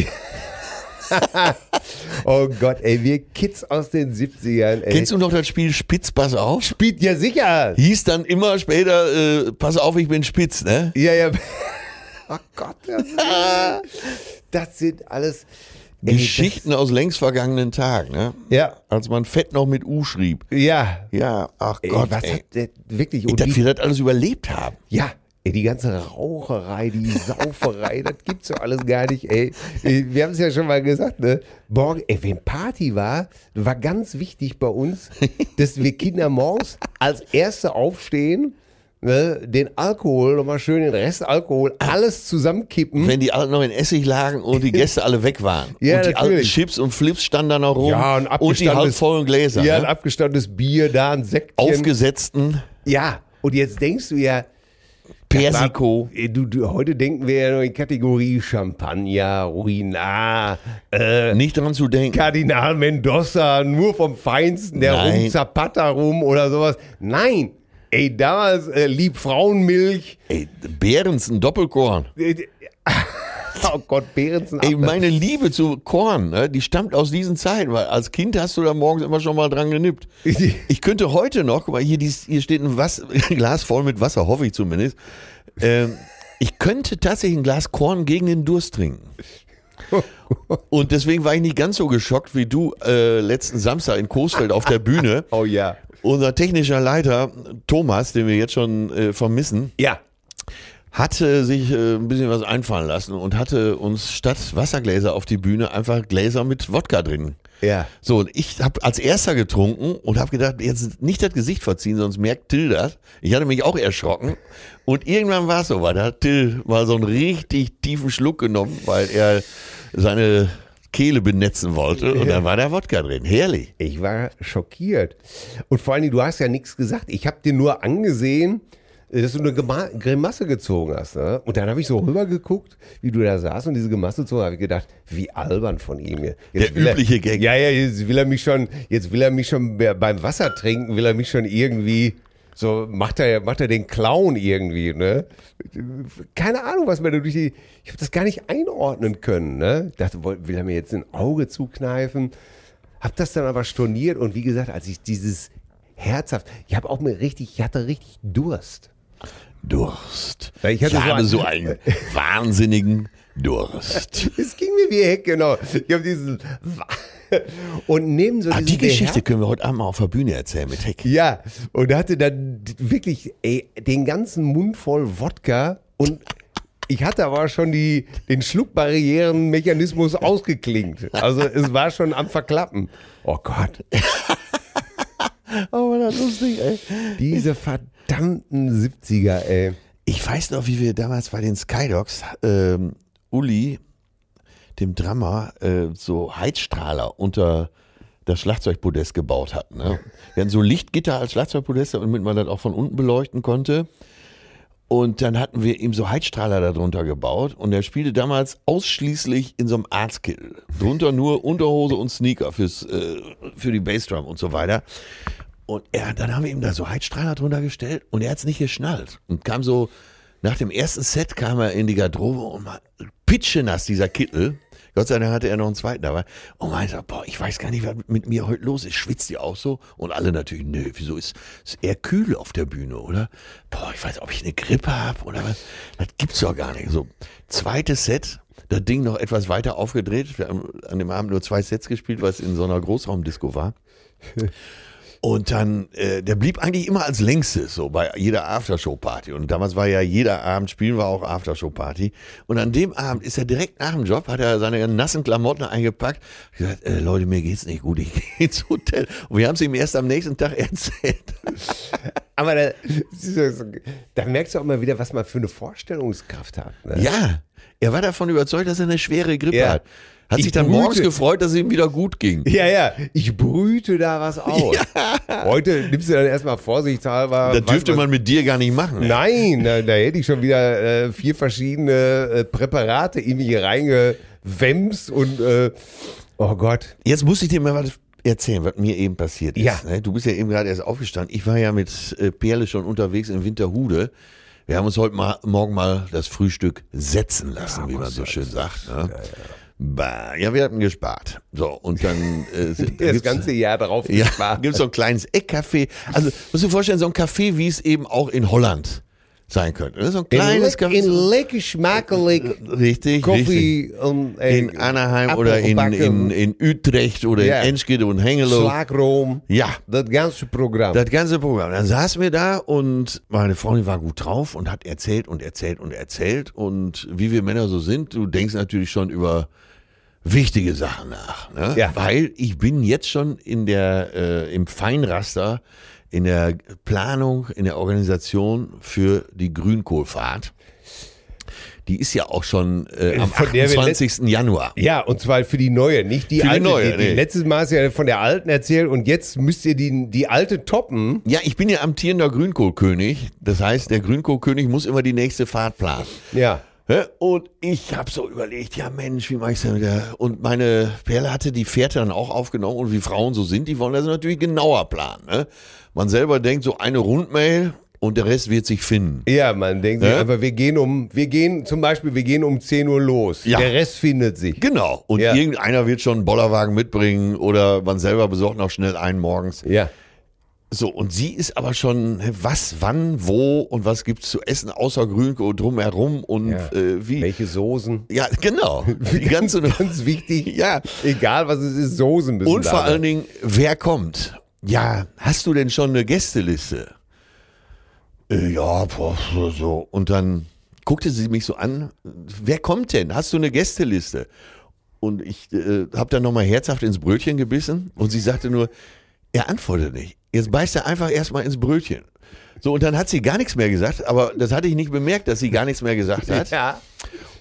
Speaker 3: Oh Gott, ey, wir Kids aus den 70ern, ey.
Speaker 2: Kennst du noch das Spiel Spitz, pass auf?
Speaker 3: Spielt ja sicher.
Speaker 2: Hieß dann immer später, äh, pass auf, ich bin spitz, ne?
Speaker 3: Ja, ja. Oh [laughs] Gott, das, das sind alles ey,
Speaker 2: Geschichten aus längst vergangenen Tagen, ne?
Speaker 3: Ja,
Speaker 2: Als man Fett noch mit U schrieb.
Speaker 3: ja.
Speaker 2: Ja, ach
Speaker 3: Ey,
Speaker 2: Gott,
Speaker 3: was
Speaker 2: ey.
Speaker 3: hat der wirklich?
Speaker 2: Ich
Speaker 3: Und
Speaker 2: dass
Speaker 3: die,
Speaker 2: wir das alles überlebt haben.
Speaker 3: ja, ey, die ganze Raucherei, die
Speaker 2: [laughs]
Speaker 3: Sauferei, das gibt's ja alles gar nicht, ey. Ey, Wir haben es ja schon mal gesagt, ne? Morgen, ey, wenn Party war, war ganz wichtig
Speaker 2: [laughs]
Speaker 3: bei uns, dass wir Kinder morgens als Erste aufstehen, ne? den Alkohol, nochmal schön den Rest Alkohol, alles zusammenkippen.
Speaker 2: Wenn die alten noch in Essig lagen und die Gäste alle weg waren.
Speaker 3: Hm? Ja,
Speaker 2: und die alten
Speaker 3: natürlich.
Speaker 2: Chips und Flips standen da noch rum.
Speaker 3: Ja, ein
Speaker 2: und die
Speaker 3: abgestandenes-
Speaker 2: halbvollen Gläser.
Speaker 3: Ja, ein
Speaker 2: ne?
Speaker 3: abgestandenes Bier, da ein Sektchen.
Speaker 2: Aufgesetzten
Speaker 3: ja, und jetzt denkst du ja,
Speaker 2: Persiko.
Speaker 3: Äh, du, du, heute denken wir ja nur in Kategorie Champagner, Ruinar, äh,
Speaker 2: Nicht dran zu denken.
Speaker 3: Kardinal Mendoza, nur vom Feinsten, der
Speaker 2: Nein.
Speaker 3: rum Zapata rum oder sowas. Nein, ey, damals äh, lieb Frauenmilch.
Speaker 2: Ey, Behrens, ein Doppelkorn.
Speaker 3: Äh, [laughs] oh Gott, Behrensen.
Speaker 2: Ey,
Speaker 3: ab-
Speaker 2: meine Liebe zu Korn, ne, die stammt aus diesen Zeiten, weil als Kind hast du da morgens immer schon mal dran genippt. Ich könnte heute noch, guck mal, hier, dies, hier steht ein Was [laughs] Glas voll mit Wasser, hoffe ich zumindest. Ähm, ich könnte tatsächlich ein Glas Korn gegen den Durst trinken. Und deswegen war ich nicht ganz so geschockt wie du äh, letzten Samstag in Coesfeld auf der Bühne.
Speaker 3: [laughs] oh ja.
Speaker 2: Unser technischer Leiter Thomas, den wir jetzt schon äh, vermissen,
Speaker 3: Ja.
Speaker 2: hatte sich äh, ein bisschen was einfallen lassen und hatte uns statt Wassergläser auf die Bühne einfach Gläser mit Wodka drin.
Speaker 3: Ja.
Speaker 2: So, und ich habe als erster getrunken und habe gedacht, jetzt nicht das Gesicht verziehen, sonst merkt Till das. Ich hatte mich auch erschrocken. Und irgendwann war es soweit. Da hat Till mal so einen richtig tiefen Schluck genommen, weil er seine Kehle benetzen wollte. Und dann war da Wodka drin. Herrlich.
Speaker 3: Ich war schockiert. Und vor allen Dingen, du hast ja nichts gesagt. Ich habe dir nur angesehen, äh, dass du eine Gema- Grimasse gezogen hast. Ne? Und dann habe ich so rübergeguckt, wie du da saßt und diese Grimasse gezogen hast. Habe ich gedacht, wie albern von ihm. hier.
Speaker 2: Der übliche Gag.
Speaker 3: Ja, ja, jetzt will er mich schon, jetzt will er mich schon be- beim Wasser trinken, will er mich schon irgendwie. So macht er, macht er den Clown irgendwie, ne? Keine Ahnung, was mir da durch die. Ich habe das gar nicht einordnen können, ne? Ich dachte, woll- will er mir jetzt ein Auge zukneifen? Hab das dann aber storniert und wie gesagt, als ich dieses herzhaft, ich habe auch mir richtig, ich hatte richtig Durst.
Speaker 2: Durst.
Speaker 3: Ja, ich
Speaker 2: Ich,
Speaker 3: hatte so
Speaker 2: habe
Speaker 3: ein-
Speaker 2: so einen wahnsinnigen Durst.
Speaker 3: Es ging mir wie Heck, genau. Ich habe diesen [laughs] und neben so
Speaker 2: Ah, die
Speaker 3: diesen
Speaker 2: Geschichte
Speaker 3: Beher-
Speaker 2: können wir heute Abend mal auf der Bühne erzählen mit Heck.
Speaker 3: Ja, und hatte dann wirklich ey, den ganzen Mund voll Wodka und ich hatte aber schon die,
Speaker 2: [laughs]
Speaker 3: den Schluckbarrierenmechanismus ausgeklingt. Also es war schon am Verklappen. Oh Gott.
Speaker 2: Oh, das lustig, ey.
Speaker 3: Diese verdammten 70er, ey.
Speaker 2: Ich weiß noch, wie wir damals bei den Skydogs ähm, Uli, dem Drummer, äh, so Heizstrahler unter das Schlagzeugpodest gebaut hatten. Ne? Wir hatten so Lichtgitter als Schlagzeugpodeste, damit man das auch von unten beleuchten konnte. Und dann hatten wir ihm so Heizstrahler darunter gebaut und er spielte damals ausschließlich in so einem Arztkittel. Drunter nur Unterhose und Sneaker fürs, äh, für die Bassdrum und so weiter. Und er, dann haben wir ihm da so Heizstrahler drunter gestellt und er hat es nicht geschnallt. Und kam so, nach dem ersten Set kam er in die Garderobe und mal pitschenass, dieser Kittel. Gott sei Dank hatte er noch einen zweiten dabei. Und meinte, boah, ich weiß gar nicht, was mit mir heute los ist. Schwitzt ihr auch so? Und alle natürlich, nö, wieso ist es eher kühl auf der Bühne, oder? Boah, ich weiß, ob ich eine Grippe habe oder was. Das gibt's doch gar nicht. So, zweites Set, das Ding noch etwas weiter aufgedreht. Wir haben an dem Abend nur zwei Sets gespielt, weil es in so einer Großraumdisco war. Und dann, äh, der blieb eigentlich immer als längstes, so bei jeder Aftershow-Party. Und damals war ja jeder Abend, Spielen war auch Aftershow-Party. Und an dem Abend ist er direkt nach dem Job, hat er seine nassen Klamotten eingepackt, hat gesagt, äh, Leute, mir geht's nicht gut, ich [laughs] gehe ins Hotel. Und wir haben es ihm erst am nächsten Tag [laughs] erzählt.
Speaker 3: Aber [laughs] da, da merkst du auch mal wieder, was man für eine Vorstellungskraft hat. Ne?
Speaker 2: Ja, er war davon überzeugt, dass er eine schwere Grippe
Speaker 3: Ja.
Speaker 2: hat. Hat
Speaker 3: Ich
Speaker 2: sich dann
Speaker 3: brüte.
Speaker 2: morgens gefreut, dass es ihm wieder gut ging.
Speaker 3: ja, ja. Ich brüte da was aus. Heute nimmst du dann erstmal vorsichtshalber.
Speaker 2: Das
Speaker 3: was
Speaker 2: dürfte man mit dir gar nicht machen. ey.
Speaker 3: Nein, da, da hätte ich schon wieder äh, vier verschiedene äh, Präparate in mich reingewemst und äh, oh Gott.
Speaker 2: Jetzt muss ich dir mal was erzählen, was mir eben passiert ist.
Speaker 3: Ja.
Speaker 2: ne? Du bist ja eben gerade erst aufgestanden. Ich war ja mit äh, Perle schon unterwegs in Winterhude. Wir haben uns heute mal, morgen mal das Frühstück setzen lassen, wie man so schön sagt. Ne? Bah, ja, wir hatten gespart. So, und dann
Speaker 3: [laughs]
Speaker 2: äh,
Speaker 3: Das
Speaker 2: gibt's-
Speaker 3: ganze Jahr
Speaker 2: [laughs]
Speaker 3: darauf
Speaker 2: ja,
Speaker 3: gespart.
Speaker 2: gibt's so ein kleines Eckcafé. Also, musst du dir vorstellen, so ein Café, wie es eben auch in Holland sein könnte. ne? So ein
Speaker 3: In
Speaker 2: kleines
Speaker 3: leck-
Speaker 2: Café.
Speaker 3: In lekker smakelijk
Speaker 2: äh, richtig, richtig.
Speaker 3: koffie. en, eh,
Speaker 2: In Anaheim oder in, in,
Speaker 3: appelbakken,
Speaker 2: in Utrecht oder
Speaker 3: Ja.
Speaker 2: in Enschede und Hengelo.
Speaker 3: Slagroom.
Speaker 2: Ja,
Speaker 3: Das ganze Programm.
Speaker 2: das ganze Programm. Dann saßen wir da und meine Freundin war gut drauf und hat erzählt und erzählt und erzählt. Und wie wir Männer so sind, du denkst natürlich schon über wichtige Sachen nach. Ne?
Speaker 3: Ja.
Speaker 2: Weil ich bin jetzt schon in der, äh, im Feinraster, in der Planung, in der Organisation für die Grünkohlfahrt. Die ist ja auch schon äh, am
Speaker 3: Von der wir
Speaker 2: 28. Januar.
Speaker 3: ja, und zwar für die neue, nicht die
Speaker 2: Für die
Speaker 3: alte.
Speaker 2: neue,
Speaker 3: die,
Speaker 2: nee.
Speaker 3: Letztes Mal hast du ja von der alten erzählt und jetzt müsst ihr die, die alte toppen.
Speaker 2: Ja, ich bin ja amtierender Grünkohlkönig. Das heißt, der Grünkohlkönig muss immer die nächste Fahrt planen.
Speaker 3: Ja.
Speaker 2: Hä? Und ich habe so überlegt, ja Mensch, wie mache ich denn wieder? Und meine Perle hatte die Fährte dann auch aufgenommen und wie Frauen so sind, die wollen das natürlich genauer planen. Ne? Man selber denkt so eine Rundmail und der Rest wird sich finden.
Speaker 3: Ja, man denkt sich
Speaker 2: Ja.
Speaker 3: einfach, wir gehen um, wir gehen zum Beispiel, wir gehen um 10 Uhr los.
Speaker 2: Ja.
Speaker 3: Der Rest findet sich.
Speaker 2: Genau. Und
Speaker 3: Ja.
Speaker 2: irgendeiner wird schon einen Bollerwagen mitbringen oder man selber besorgt noch schnell einen morgens.
Speaker 3: Ja.
Speaker 2: So, und sie ist aber schon, hä, was, wann, wo und was gibt's zu essen außer Grünkohl drumherum und
Speaker 3: Ja.
Speaker 2: äh, wie.
Speaker 3: Welche Soßen?
Speaker 2: Ja,
Speaker 3: [laughs]
Speaker 2: genau. Die ganze, [laughs]
Speaker 3: Ganz wichtig.
Speaker 2: ja.
Speaker 3: Egal was es ist, Soßen müssen
Speaker 2: Und
Speaker 3: da
Speaker 2: vor
Speaker 3: sein.
Speaker 2: allen Dingen, wer kommt? Ja, hast du denn schon eine Gästeliste? Äh, Ja, boah, so, so. Und dann guckte sie mich so an. Wer kommt denn? Hast du eine Gästeliste? Und ich äh, habe dann nochmal herzhaft ins Brötchen gebissen und sie sagte nur, er antwortet nicht. Jetzt beißt er einfach erstmal ins Brötchen. So, und dann hat sie gar nichts mehr gesagt, aber das hatte ich nicht bemerkt, dass sie gar nichts mehr gesagt hat.
Speaker 3: Ja.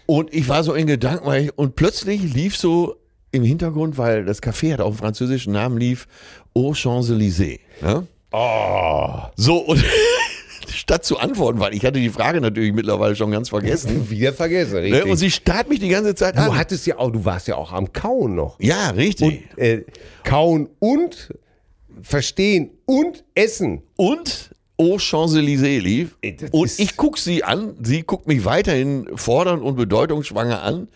Speaker 2: Und ich war so in Gedanken weil ich- und plötzlich lief so im Hintergrund, weil das Café hat auch einen französischen Namen, lief Aux Champs-Élysées. Ne? Oh. So, und [laughs] statt zu antworten, weil ich hatte die Frage natürlich mittlerweile schon ganz vergessen.
Speaker 3: Wieder vergessen,
Speaker 2: Ne?
Speaker 3: richtig.
Speaker 2: Und sie starrt mich die ganze Zeit
Speaker 3: du
Speaker 2: an.
Speaker 3: hattest ja auch, du warst ja auch am Kauen noch.
Speaker 2: Ja, richtig.
Speaker 3: Äh, kauen und verstehen und essen.
Speaker 2: Und, Aux Champs-Élysées lief.
Speaker 3: Ey, das
Speaker 2: Und
Speaker 3: ist-
Speaker 2: ich guck sie an, sie guckt mich weiterhin fordernd und bedeutungsschwanger an.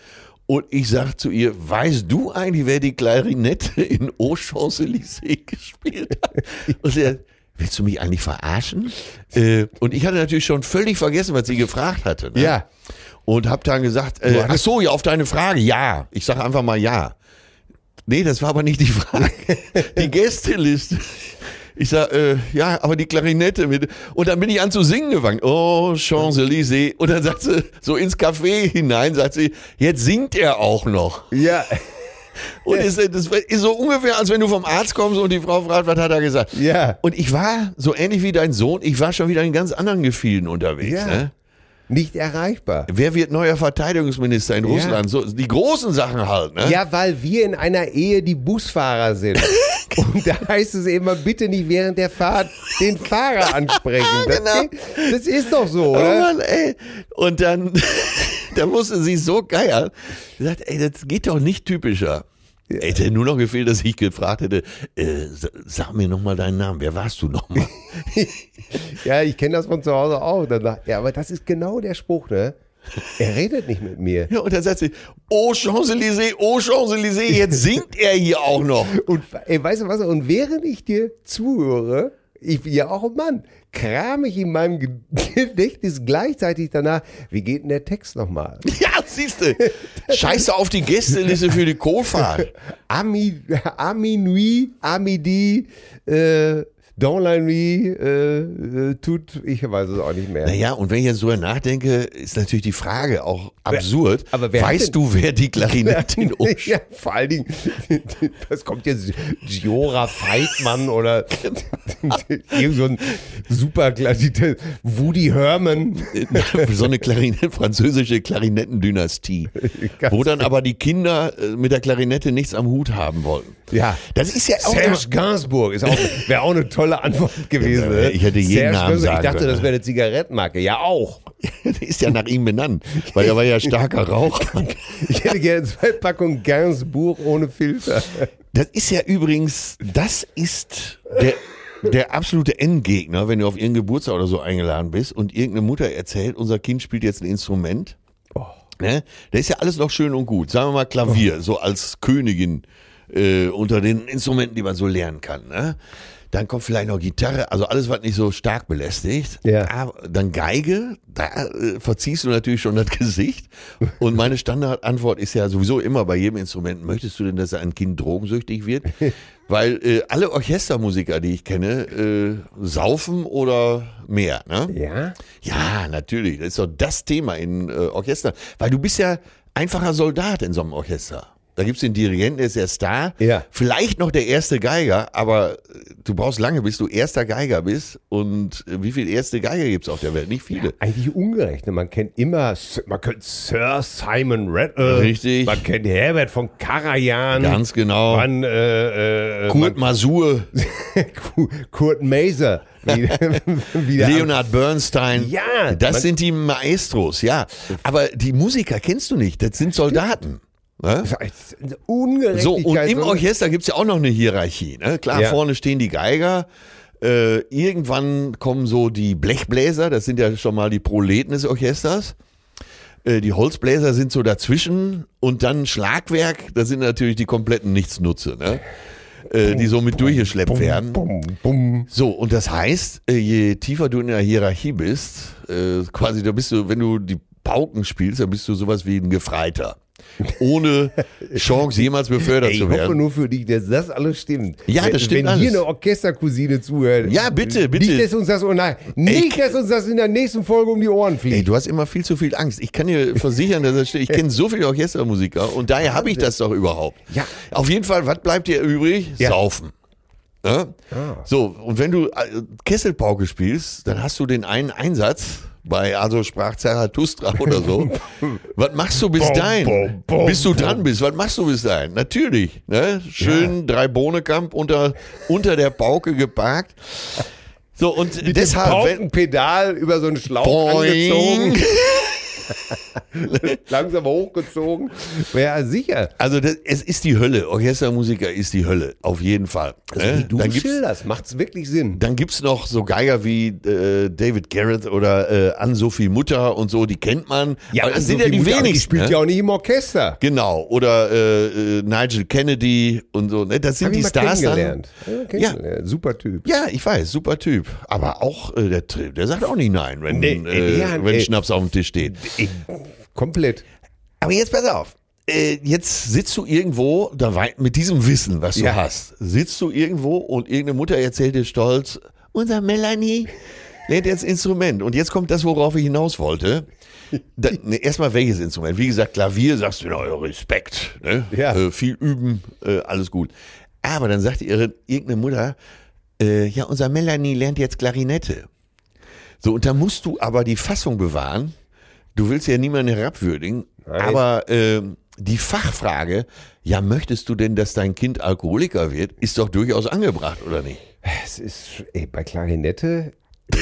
Speaker 2: Und ich sag zu ihr, weißt du eigentlich, wer die Klarinette in Aux Champs-Élysées [laughs] gespielt hat? Und sie sagt, willst du mich eigentlich verarschen? Äh, und ich hatte natürlich schon völlig vergessen, was sie gefragt hatte. Ne?
Speaker 3: Ja.
Speaker 2: Und hab dann gesagt, äh, ach
Speaker 3: hattest-
Speaker 2: so, ja, auf deine Frage, ja. Ich sag einfach mal ja. Nee, das war aber nicht die
Speaker 3: [laughs]
Speaker 2: Frage. Die Gästeliste. Ich sag, äh, ja, aber die Klarinette mit. Und dann bin ich an zu singen gefangen. Oh, Champs-Élysées. Und dann sagt sie, so ins Café hinein, sagt sie, jetzt singt er auch noch.
Speaker 3: [laughs] Ja.
Speaker 2: Und ist, äh, das ist so ungefähr, als wenn du vom Arzt kommst und die Frau fragt, was hat er gesagt.
Speaker 3: Ja.
Speaker 2: Und ich war, so ähnlich wie dein Sohn, ich war schon wieder in ganz anderen Gefilden unterwegs.
Speaker 3: Ja.
Speaker 2: Ne?
Speaker 3: Nicht erreichbar.
Speaker 2: Wer wird neuer Verteidigungsminister in Russland? So, die großen Sachen halt, ne?
Speaker 3: Ja, weil wir in einer Ehe die Busfahrer sind.
Speaker 2: [laughs]
Speaker 3: Und da heißt es immer, bitte nicht während der Fahrt den Fahrer ansprechen.
Speaker 2: [laughs]
Speaker 3: Das,
Speaker 2: Genau.
Speaker 3: das ist doch so,
Speaker 2: Oh
Speaker 3: oder?
Speaker 2: Mann, ey. Und dann, [laughs] dann musste sie so geiern. Sie sagt, ey, das geht doch nicht typischer. Hätte nur noch gefehlt, dass ich gefragt hätte, äh, sa- sag mir nochmal deinen Namen, wer warst du nochmal?
Speaker 3: Ja, ich kenne das von zu Hause auch. Danach. Ja, aber das ist genau der Spruch, ne? Er redet nicht mit mir.
Speaker 2: ja, und dann sagt sie, oh Champs-Élysées, oh Champs-Élysées, jetzt singt er hier auch noch.
Speaker 3: Und ey, weißt du was? Und während ich dir zuhöre, ich bin ja auch ein Mann, kram ich in meinem Ge- [laughs] Gedächtnis gleichzeitig danach, wie geht denn der Text nochmal?
Speaker 2: Ja, siehste, scheiße auf die Gästeliste für die Kohlfahrt.
Speaker 3: Ami, Ami Nui, Amidi, äh, Dans la Nuit, äh, äh, tut, ich weiß es auch nicht mehr. [laughs]
Speaker 2: Naja, und wenn ich jetzt drüber nachdenke, ist natürlich die Frage auch absurd.
Speaker 3: aber wer hat
Speaker 2: weißt
Speaker 3: denn-
Speaker 2: du, wer die
Speaker 3: [laughs]
Speaker 2: Klarinette in Osch
Speaker 3: Ja, vor allen Dingen, [laughs] das kommt jetzt Giora
Speaker 2: [laughs]
Speaker 3: Feitmann oder irgend so ein super Woody Herman.
Speaker 2: [laughs] Äh, so eine Klarinette, französische Klarinettendynastie,
Speaker 3: [laughs] Ganz genau.
Speaker 2: wo dann aber die Kinder äh, mit der Klarinette nichts am Hut haben wollten.
Speaker 3: Ja.
Speaker 2: Das ist ja auch
Speaker 3: Serge
Speaker 2: [laughs]
Speaker 3: Gainsbourg ist auch, wäre auch eine tolle Antwort gewesen.
Speaker 2: Ja,
Speaker 3: ne?
Speaker 2: ich hätte jeden
Speaker 3: Serge
Speaker 2: Namen
Speaker 3: Gainsbourg,
Speaker 2: sagen
Speaker 3: Ich dachte,
Speaker 2: können.
Speaker 3: das wäre eine Zigarettenmarke. Ja, auch.
Speaker 2: immer, ist ja nach ihm benannt, weil er war ja starker
Speaker 3: [laughs]
Speaker 2: Raucher.
Speaker 3: Ich hätte gerne zwei Packungen Gainsbourg ohne Filter.
Speaker 2: Das ist ja übrigens, das ist der, der absolute Endgegner, wenn du auf ihren Geburtstag oder so eingeladen bist und irgendeine Mutter erzählt, unser Kind spielt jetzt ein Instrument. Ne? Da ist ja alles noch schön und gut. Sagen wir mal Klavier, so als Königin äh, unter den Instrumenten, die man so lernen kann. Ne? Dann kommt vielleicht noch Gitarre, also alles, was nicht so stark belästigt. Ah,
Speaker 3: Ja.
Speaker 2: Aber dann Geige, da äh, verziehst du natürlich schon das [laughs] Gesicht. Und meine Standardantwort ist ja sowieso immer bei jedem Instrument, möchtest du denn, dass ein Kind drogensüchtig wird? Weil äh, alle Orchestermusiker, die ich kenne, äh, saufen oder mehr. Ne?
Speaker 3: Ja?
Speaker 2: Ja, natürlich. Das ist doch das Thema in äh, Orchestern. Weil du bist ja einfacher Soldat in so einem Orchester. Da gibt's den Dirigenten, der ist der Star.
Speaker 3: Ja.
Speaker 2: Vielleicht noch der erste Geiger, aber äh, du brauchst lange, bis du erster Geiger bist. Und äh, wie viele erste Geiger gibt's auf der Welt? Nicht viele.
Speaker 3: Eigentlich ungerecht. Ne? Man kennt immer, S- man kennt Sir Simon Rattle.
Speaker 2: Richtig.
Speaker 3: Man kennt Herbert von Karajan.
Speaker 2: Ganz genau.
Speaker 3: Man, äh, äh,
Speaker 2: Kurt Masur,
Speaker 3: man- [laughs] Ku- Kurt Maser. Wie, [laughs] wie der-
Speaker 2: Leonard Bernstein.
Speaker 3: Ja, man-
Speaker 2: Das sind die Maestros, ja. Aber die Musiker kennst du nicht. Das sind Soldaten. Ne?
Speaker 3: Ungerechtigkeit.
Speaker 2: So, und im
Speaker 3: so-
Speaker 2: Orchester gibt's ja auch noch eine Hierarchie. Ne? Klar,
Speaker 3: Ja.
Speaker 2: vorne stehen die Geiger. Äh, irgendwann kommen so die Blechbläser, das sind ja schon mal die Proleten des Orchesters. Äh, die Holzbläser sind so dazwischen und dann Schlagwerk, das sind natürlich die kompletten Nichtsnutze, ne? äh, die somit durchgeschleppt werden.
Speaker 3: Bum, bum.
Speaker 2: So, und das heißt, äh, je tiefer du in der Hierarchie bist, äh, quasi, da bist du, wenn du die Pauken spielst, dann bist du sowas wie ein Gefreiter.
Speaker 3: [laughs]
Speaker 2: Ohne Chance, jemals befördert
Speaker 3: Ey, ich
Speaker 2: zu
Speaker 3: hoffe
Speaker 2: werden.
Speaker 3: nur für dich, dass das alles stimmt.
Speaker 2: Ja, das
Speaker 3: Wenn-
Speaker 2: stimmt
Speaker 3: Wenn
Speaker 2: alles.
Speaker 3: hier eine Orchestercousine zuhört.
Speaker 2: Ja, bitte, bitte.
Speaker 3: Nicht, dass uns das, oh nein, nicht, dass uns das in der nächsten Folge um die Ohren
Speaker 2: Ey,
Speaker 3: fliegt.
Speaker 2: du hast immer viel zu viel Angst. Ich kann
Speaker 3: [laughs]
Speaker 2: dir versichern, dass das stimmt. Ich kenne so viele Orchestermusiker und daher habe ich das doch überhaupt.
Speaker 3: Ja.
Speaker 2: Auf jeden Fall, was bleibt dir übrig?
Speaker 3: Ja. Ah.
Speaker 2: Saufen. Ne? So, und wenn du äh, Kesselpauke spielst, dann hast du den einen Einsatz bei, also sprach
Speaker 3: [laughs]
Speaker 2: Zarathustra oder so. was machst du bis
Speaker 3: Bom,
Speaker 2: dahin?
Speaker 3: bom, bom,
Speaker 2: bis du
Speaker 3: bom.
Speaker 2: dran bist, was machst du bis dahin? Natürlich. Ne? Schön drei Bohnekamp unter, unter der Pauke geparkt. So, und deshalb, wenn,
Speaker 3: Pauken Pedal über so einen Schlauch
Speaker 2: Boing.
Speaker 3: angezogen. Langsam hochgezogen. Ja, sicher.
Speaker 2: Also das, es ist die Hölle. Orchestermusiker ist die Hölle, auf jeden Fall. Ne?
Speaker 3: Wie du
Speaker 2: dann gibt's
Speaker 3: schilderst, macht's wirklich Sinn.
Speaker 2: dann gibt's noch so Geiger wie äh, David Garrett oder äh, Ann-Sophie Mutter und so, die kennt man. Aber das sind ja
Speaker 3: Sophie
Speaker 2: die
Speaker 3: Mutter, aber
Speaker 2: wenigsten.
Speaker 3: Die spielt
Speaker 2: ne?
Speaker 3: ja auch nicht im Orchester.
Speaker 2: Genau, oder äh, äh, Nigel Kennedy und so. Ne? Das sind
Speaker 3: Hab
Speaker 2: die
Speaker 3: ich mal
Speaker 2: Stars dann.
Speaker 3: kennengelernt. Ja, kennengelernt. Super Typ.
Speaker 2: Ja, ich weiß, super Typ. Aber auch äh, der Trill, der sagt auch nicht nein, wenn,
Speaker 3: Nee,
Speaker 2: äh,
Speaker 3: ja,
Speaker 2: wenn
Speaker 3: nee.
Speaker 2: Schnaps auf dem Tisch steht.
Speaker 3: Komplett.
Speaker 2: Aber jetzt pass auf. Äh, Jetzt sitzt du irgendwo, da wei- mit diesem Wissen, was du
Speaker 3: Ja.
Speaker 2: hast, sitzt du irgendwo und irgendeine Mutter erzählt dir stolz, unser Melanie lernt jetzt Instrument. Und jetzt kommt das, worauf ich hinaus wollte. Da, [laughs] ne, erstmal welches Instrument? Wie gesagt, Klavier sagst du, na, ja, Respekt. Ne?
Speaker 3: Ja.
Speaker 2: Äh, viel üben, äh, alles gut. Aber dann sagt ihre, irgendeine Mutter, äh, ja, unser Melanie lernt jetzt Klarinette. So, und da musst du aber die Fassung bewahren. Du willst ja niemanden herabwürdigen, aber ähm, die Fachfrage, ja, möchtest du denn, dass dein Kind Alkoholiker wird, ist doch durchaus angebracht, oder nicht?
Speaker 3: Es ist, ey, bei Klarinette, das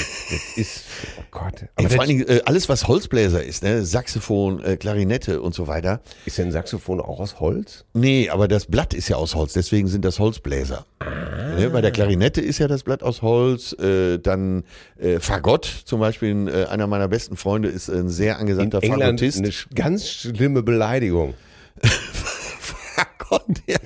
Speaker 3: ist, oh Gott.
Speaker 2: Ey,
Speaker 3: Aber
Speaker 2: vor
Speaker 3: das
Speaker 2: allen Dingen, äh, alles, was Holzbläser ist, ne? Saxophon, äh, Klarinette und so weiter.
Speaker 3: ist denn ein Saxophon auch aus Holz?
Speaker 2: Nee, aber das Blatt ist ja aus Holz, deswegen sind das Holzbläser.
Speaker 3: Ah.
Speaker 2: Ne, bei der Klarinette ist ja das Blatt aus Holz. Äh, dann äh, Fagott zum Beispiel, äh, einer meiner besten Freunde ist ein sehr
Speaker 3: In
Speaker 2: angesagter
Speaker 3: England
Speaker 2: Fagottist.
Speaker 3: eine sch- ganz schlimme Beleidigung.
Speaker 2: Fagott, ja.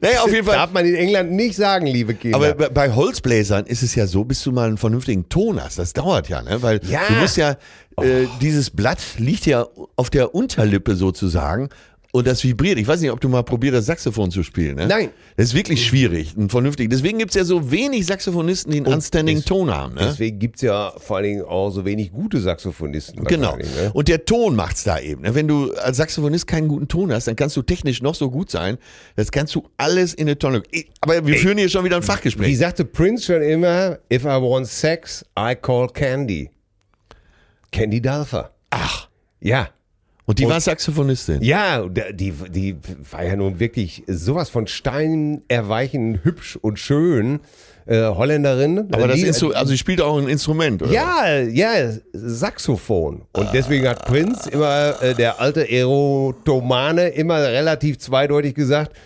Speaker 2: Naja, auf jeden Fall.
Speaker 3: Darf man in England nicht sagen, liebe Kinder.
Speaker 2: Aber bei- bei Holzbläsern ist es ja so, bis du mal einen vernünftigen Ton hast. Das dauert ja, ne? Weil
Speaker 3: Ja. Oh.
Speaker 2: du musst ja, äh, dieses Blatt liegt ja auf der Unterlippe sozusagen und das vibriert. Ich weiß nicht, ob du mal probiert hast, Saxophon zu spielen, ne?
Speaker 3: Nein.
Speaker 2: Das ist wirklich schwierig, ein vernünftig. Deswegen gibt's ja so wenig Saxophonisten, die einen anständigen Ton haben, ne?
Speaker 3: Deswegen gibt es ja vor allen Dingen auch so wenig gute Saxophonisten.
Speaker 2: Genau.
Speaker 3: wahrscheinlich, Ne?
Speaker 2: Und der Ton macht's da eben. ne? Wenn du als Saxophonist keinen guten Ton hast, dann kannst du technisch noch so gut sein. Das kannst du alles in eine Tonne. Ich- Aber wir führen hier schon wieder ein Fachgespräch.
Speaker 3: Wie sagte Prince schon immer, if I want sex, I call Candy. Candy Dalfer. Ach. Ja.
Speaker 2: Und die war Saxophonistin.
Speaker 3: Ja, da- die, die war ja nun wirklich sowas von Stein erweichen, hübsch und schön. Äh, Holländerin.
Speaker 2: Aber das
Speaker 3: die, äh,
Speaker 2: ist so, also sie spielt auch ein Instrument, oder?
Speaker 3: Ja, ja, Saxophon. Und deswegen hat Prinz immer, äh, der alte Erotomane, immer relativ zweideutig gesagt,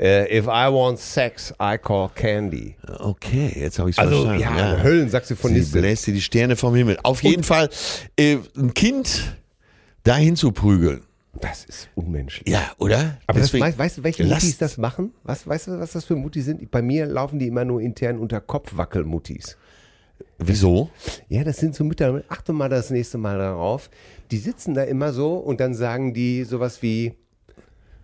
Speaker 3: äh, if I want sex, I call Candy.
Speaker 2: Okay, jetzt habe ich es
Speaker 3: Also ja,
Speaker 2: verstanden.
Speaker 3: eine
Speaker 2: Sie
Speaker 3: Höllensaxophonistin.
Speaker 2: bläst dir die Sterne vom Himmel. Auf jeden Fall, äh, ein Kind dahin zu prügeln,
Speaker 3: Das ist unmenschlich.
Speaker 2: Ja, oder?
Speaker 3: Aber das,
Speaker 2: Deswegen-
Speaker 3: mei- weißt du, welche
Speaker 2: Lasst-
Speaker 3: Muttis das machen? Was, weißt du, was das für Muttis sind? Bei mir laufen die immer nur intern unter Kopfwackelmuttis.
Speaker 2: Wieso?
Speaker 3: Ja, das sind so Mütter. Achte mal das nächste Mal darauf. Die sitzen da immer so und dann sagen die sowas wie,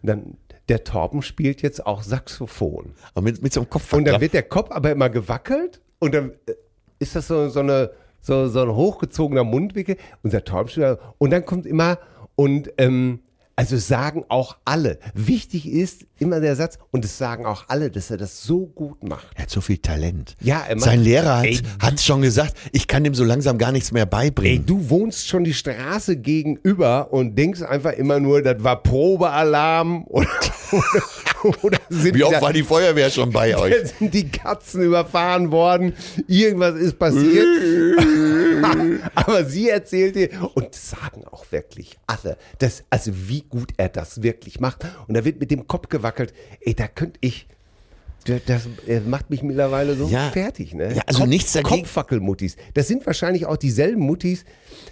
Speaker 3: dann, der Torben spielt jetzt auch Saxophon.
Speaker 2: Aber mit, mit so einem Kopf.
Speaker 3: Und dann wird der Kopf aber immer gewackelt und dann äh, ist das so, so, eine, so, so ein hochgezogener Mundwinkel, unser Torbenspieler. Und dann kommt immer und ähm, also sagen auch alle. Wichtig ist immer der Satz und es sagen auch alle, dass er das so gut macht.
Speaker 2: er hat so viel Talent.
Speaker 3: Ja, er macht-
Speaker 2: Sein Lehrer
Speaker 3: Ey.
Speaker 2: hat es schon gesagt, ich kann dem so langsam gar nichts mehr
Speaker 3: Ey,
Speaker 2: beibringen.
Speaker 3: du wohnst schon die Straße gegenüber und denkst einfach immer nur, das war Probealarm [laughs] oder, oder, oder sind
Speaker 2: Wie oft
Speaker 3: da-
Speaker 2: war die Feuerwehr schon bei
Speaker 3: [laughs]
Speaker 2: euch?
Speaker 3: Jetzt sind die Katzen überfahren worden. Irgendwas ist
Speaker 2: [laughs]
Speaker 3: passiert. Aber sie erzählt dir, und das sagen auch wirklich alle, dass, also wie gut er das wirklich macht. Und da wird mit dem Kopf gewackelt. Ey, da könnte ich. Das, das äh, macht mich mittlerweile so
Speaker 2: Ja.
Speaker 3: fertig, ne?
Speaker 2: Ja, also nichts dagegen-
Speaker 3: Kopfwackelmuttis. Das sind wahrscheinlich auch dieselben Muttis.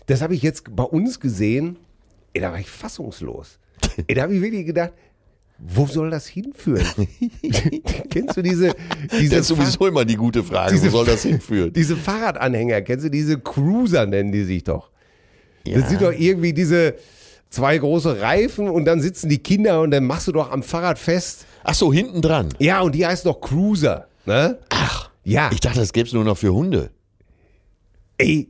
Speaker 3: Das habe ich jetzt bei uns gesehen. Ey, da war ich fassungslos. Ey, da habe ich wirklich gedacht, wo soll
Speaker 2: [laughs]
Speaker 3: das hinführen? kennst du diese, diese,
Speaker 2: Das ist sowieso immer die gute Frage.
Speaker 3: Diese-
Speaker 2: Wo soll das
Speaker 3: Fahr-
Speaker 2: hinführen?
Speaker 3: diese Fahrradanhänger? Kennst du diese Cruiser nennen die sich doch?
Speaker 2: Ja.
Speaker 3: Das sind doch irgendwie diese zwei große Reifen und dann sitzen die Kinder und dann machst du doch am Fahrrad fest.
Speaker 2: Ach so, hinten dran.
Speaker 3: Ja, und die heißt doch Cruiser, ne?
Speaker 2: Ach,
Speaker 3: Ja.
Speaker 2: ich dachte, das gäbe es nur noch für Hunde.
Speaker 3: Ey,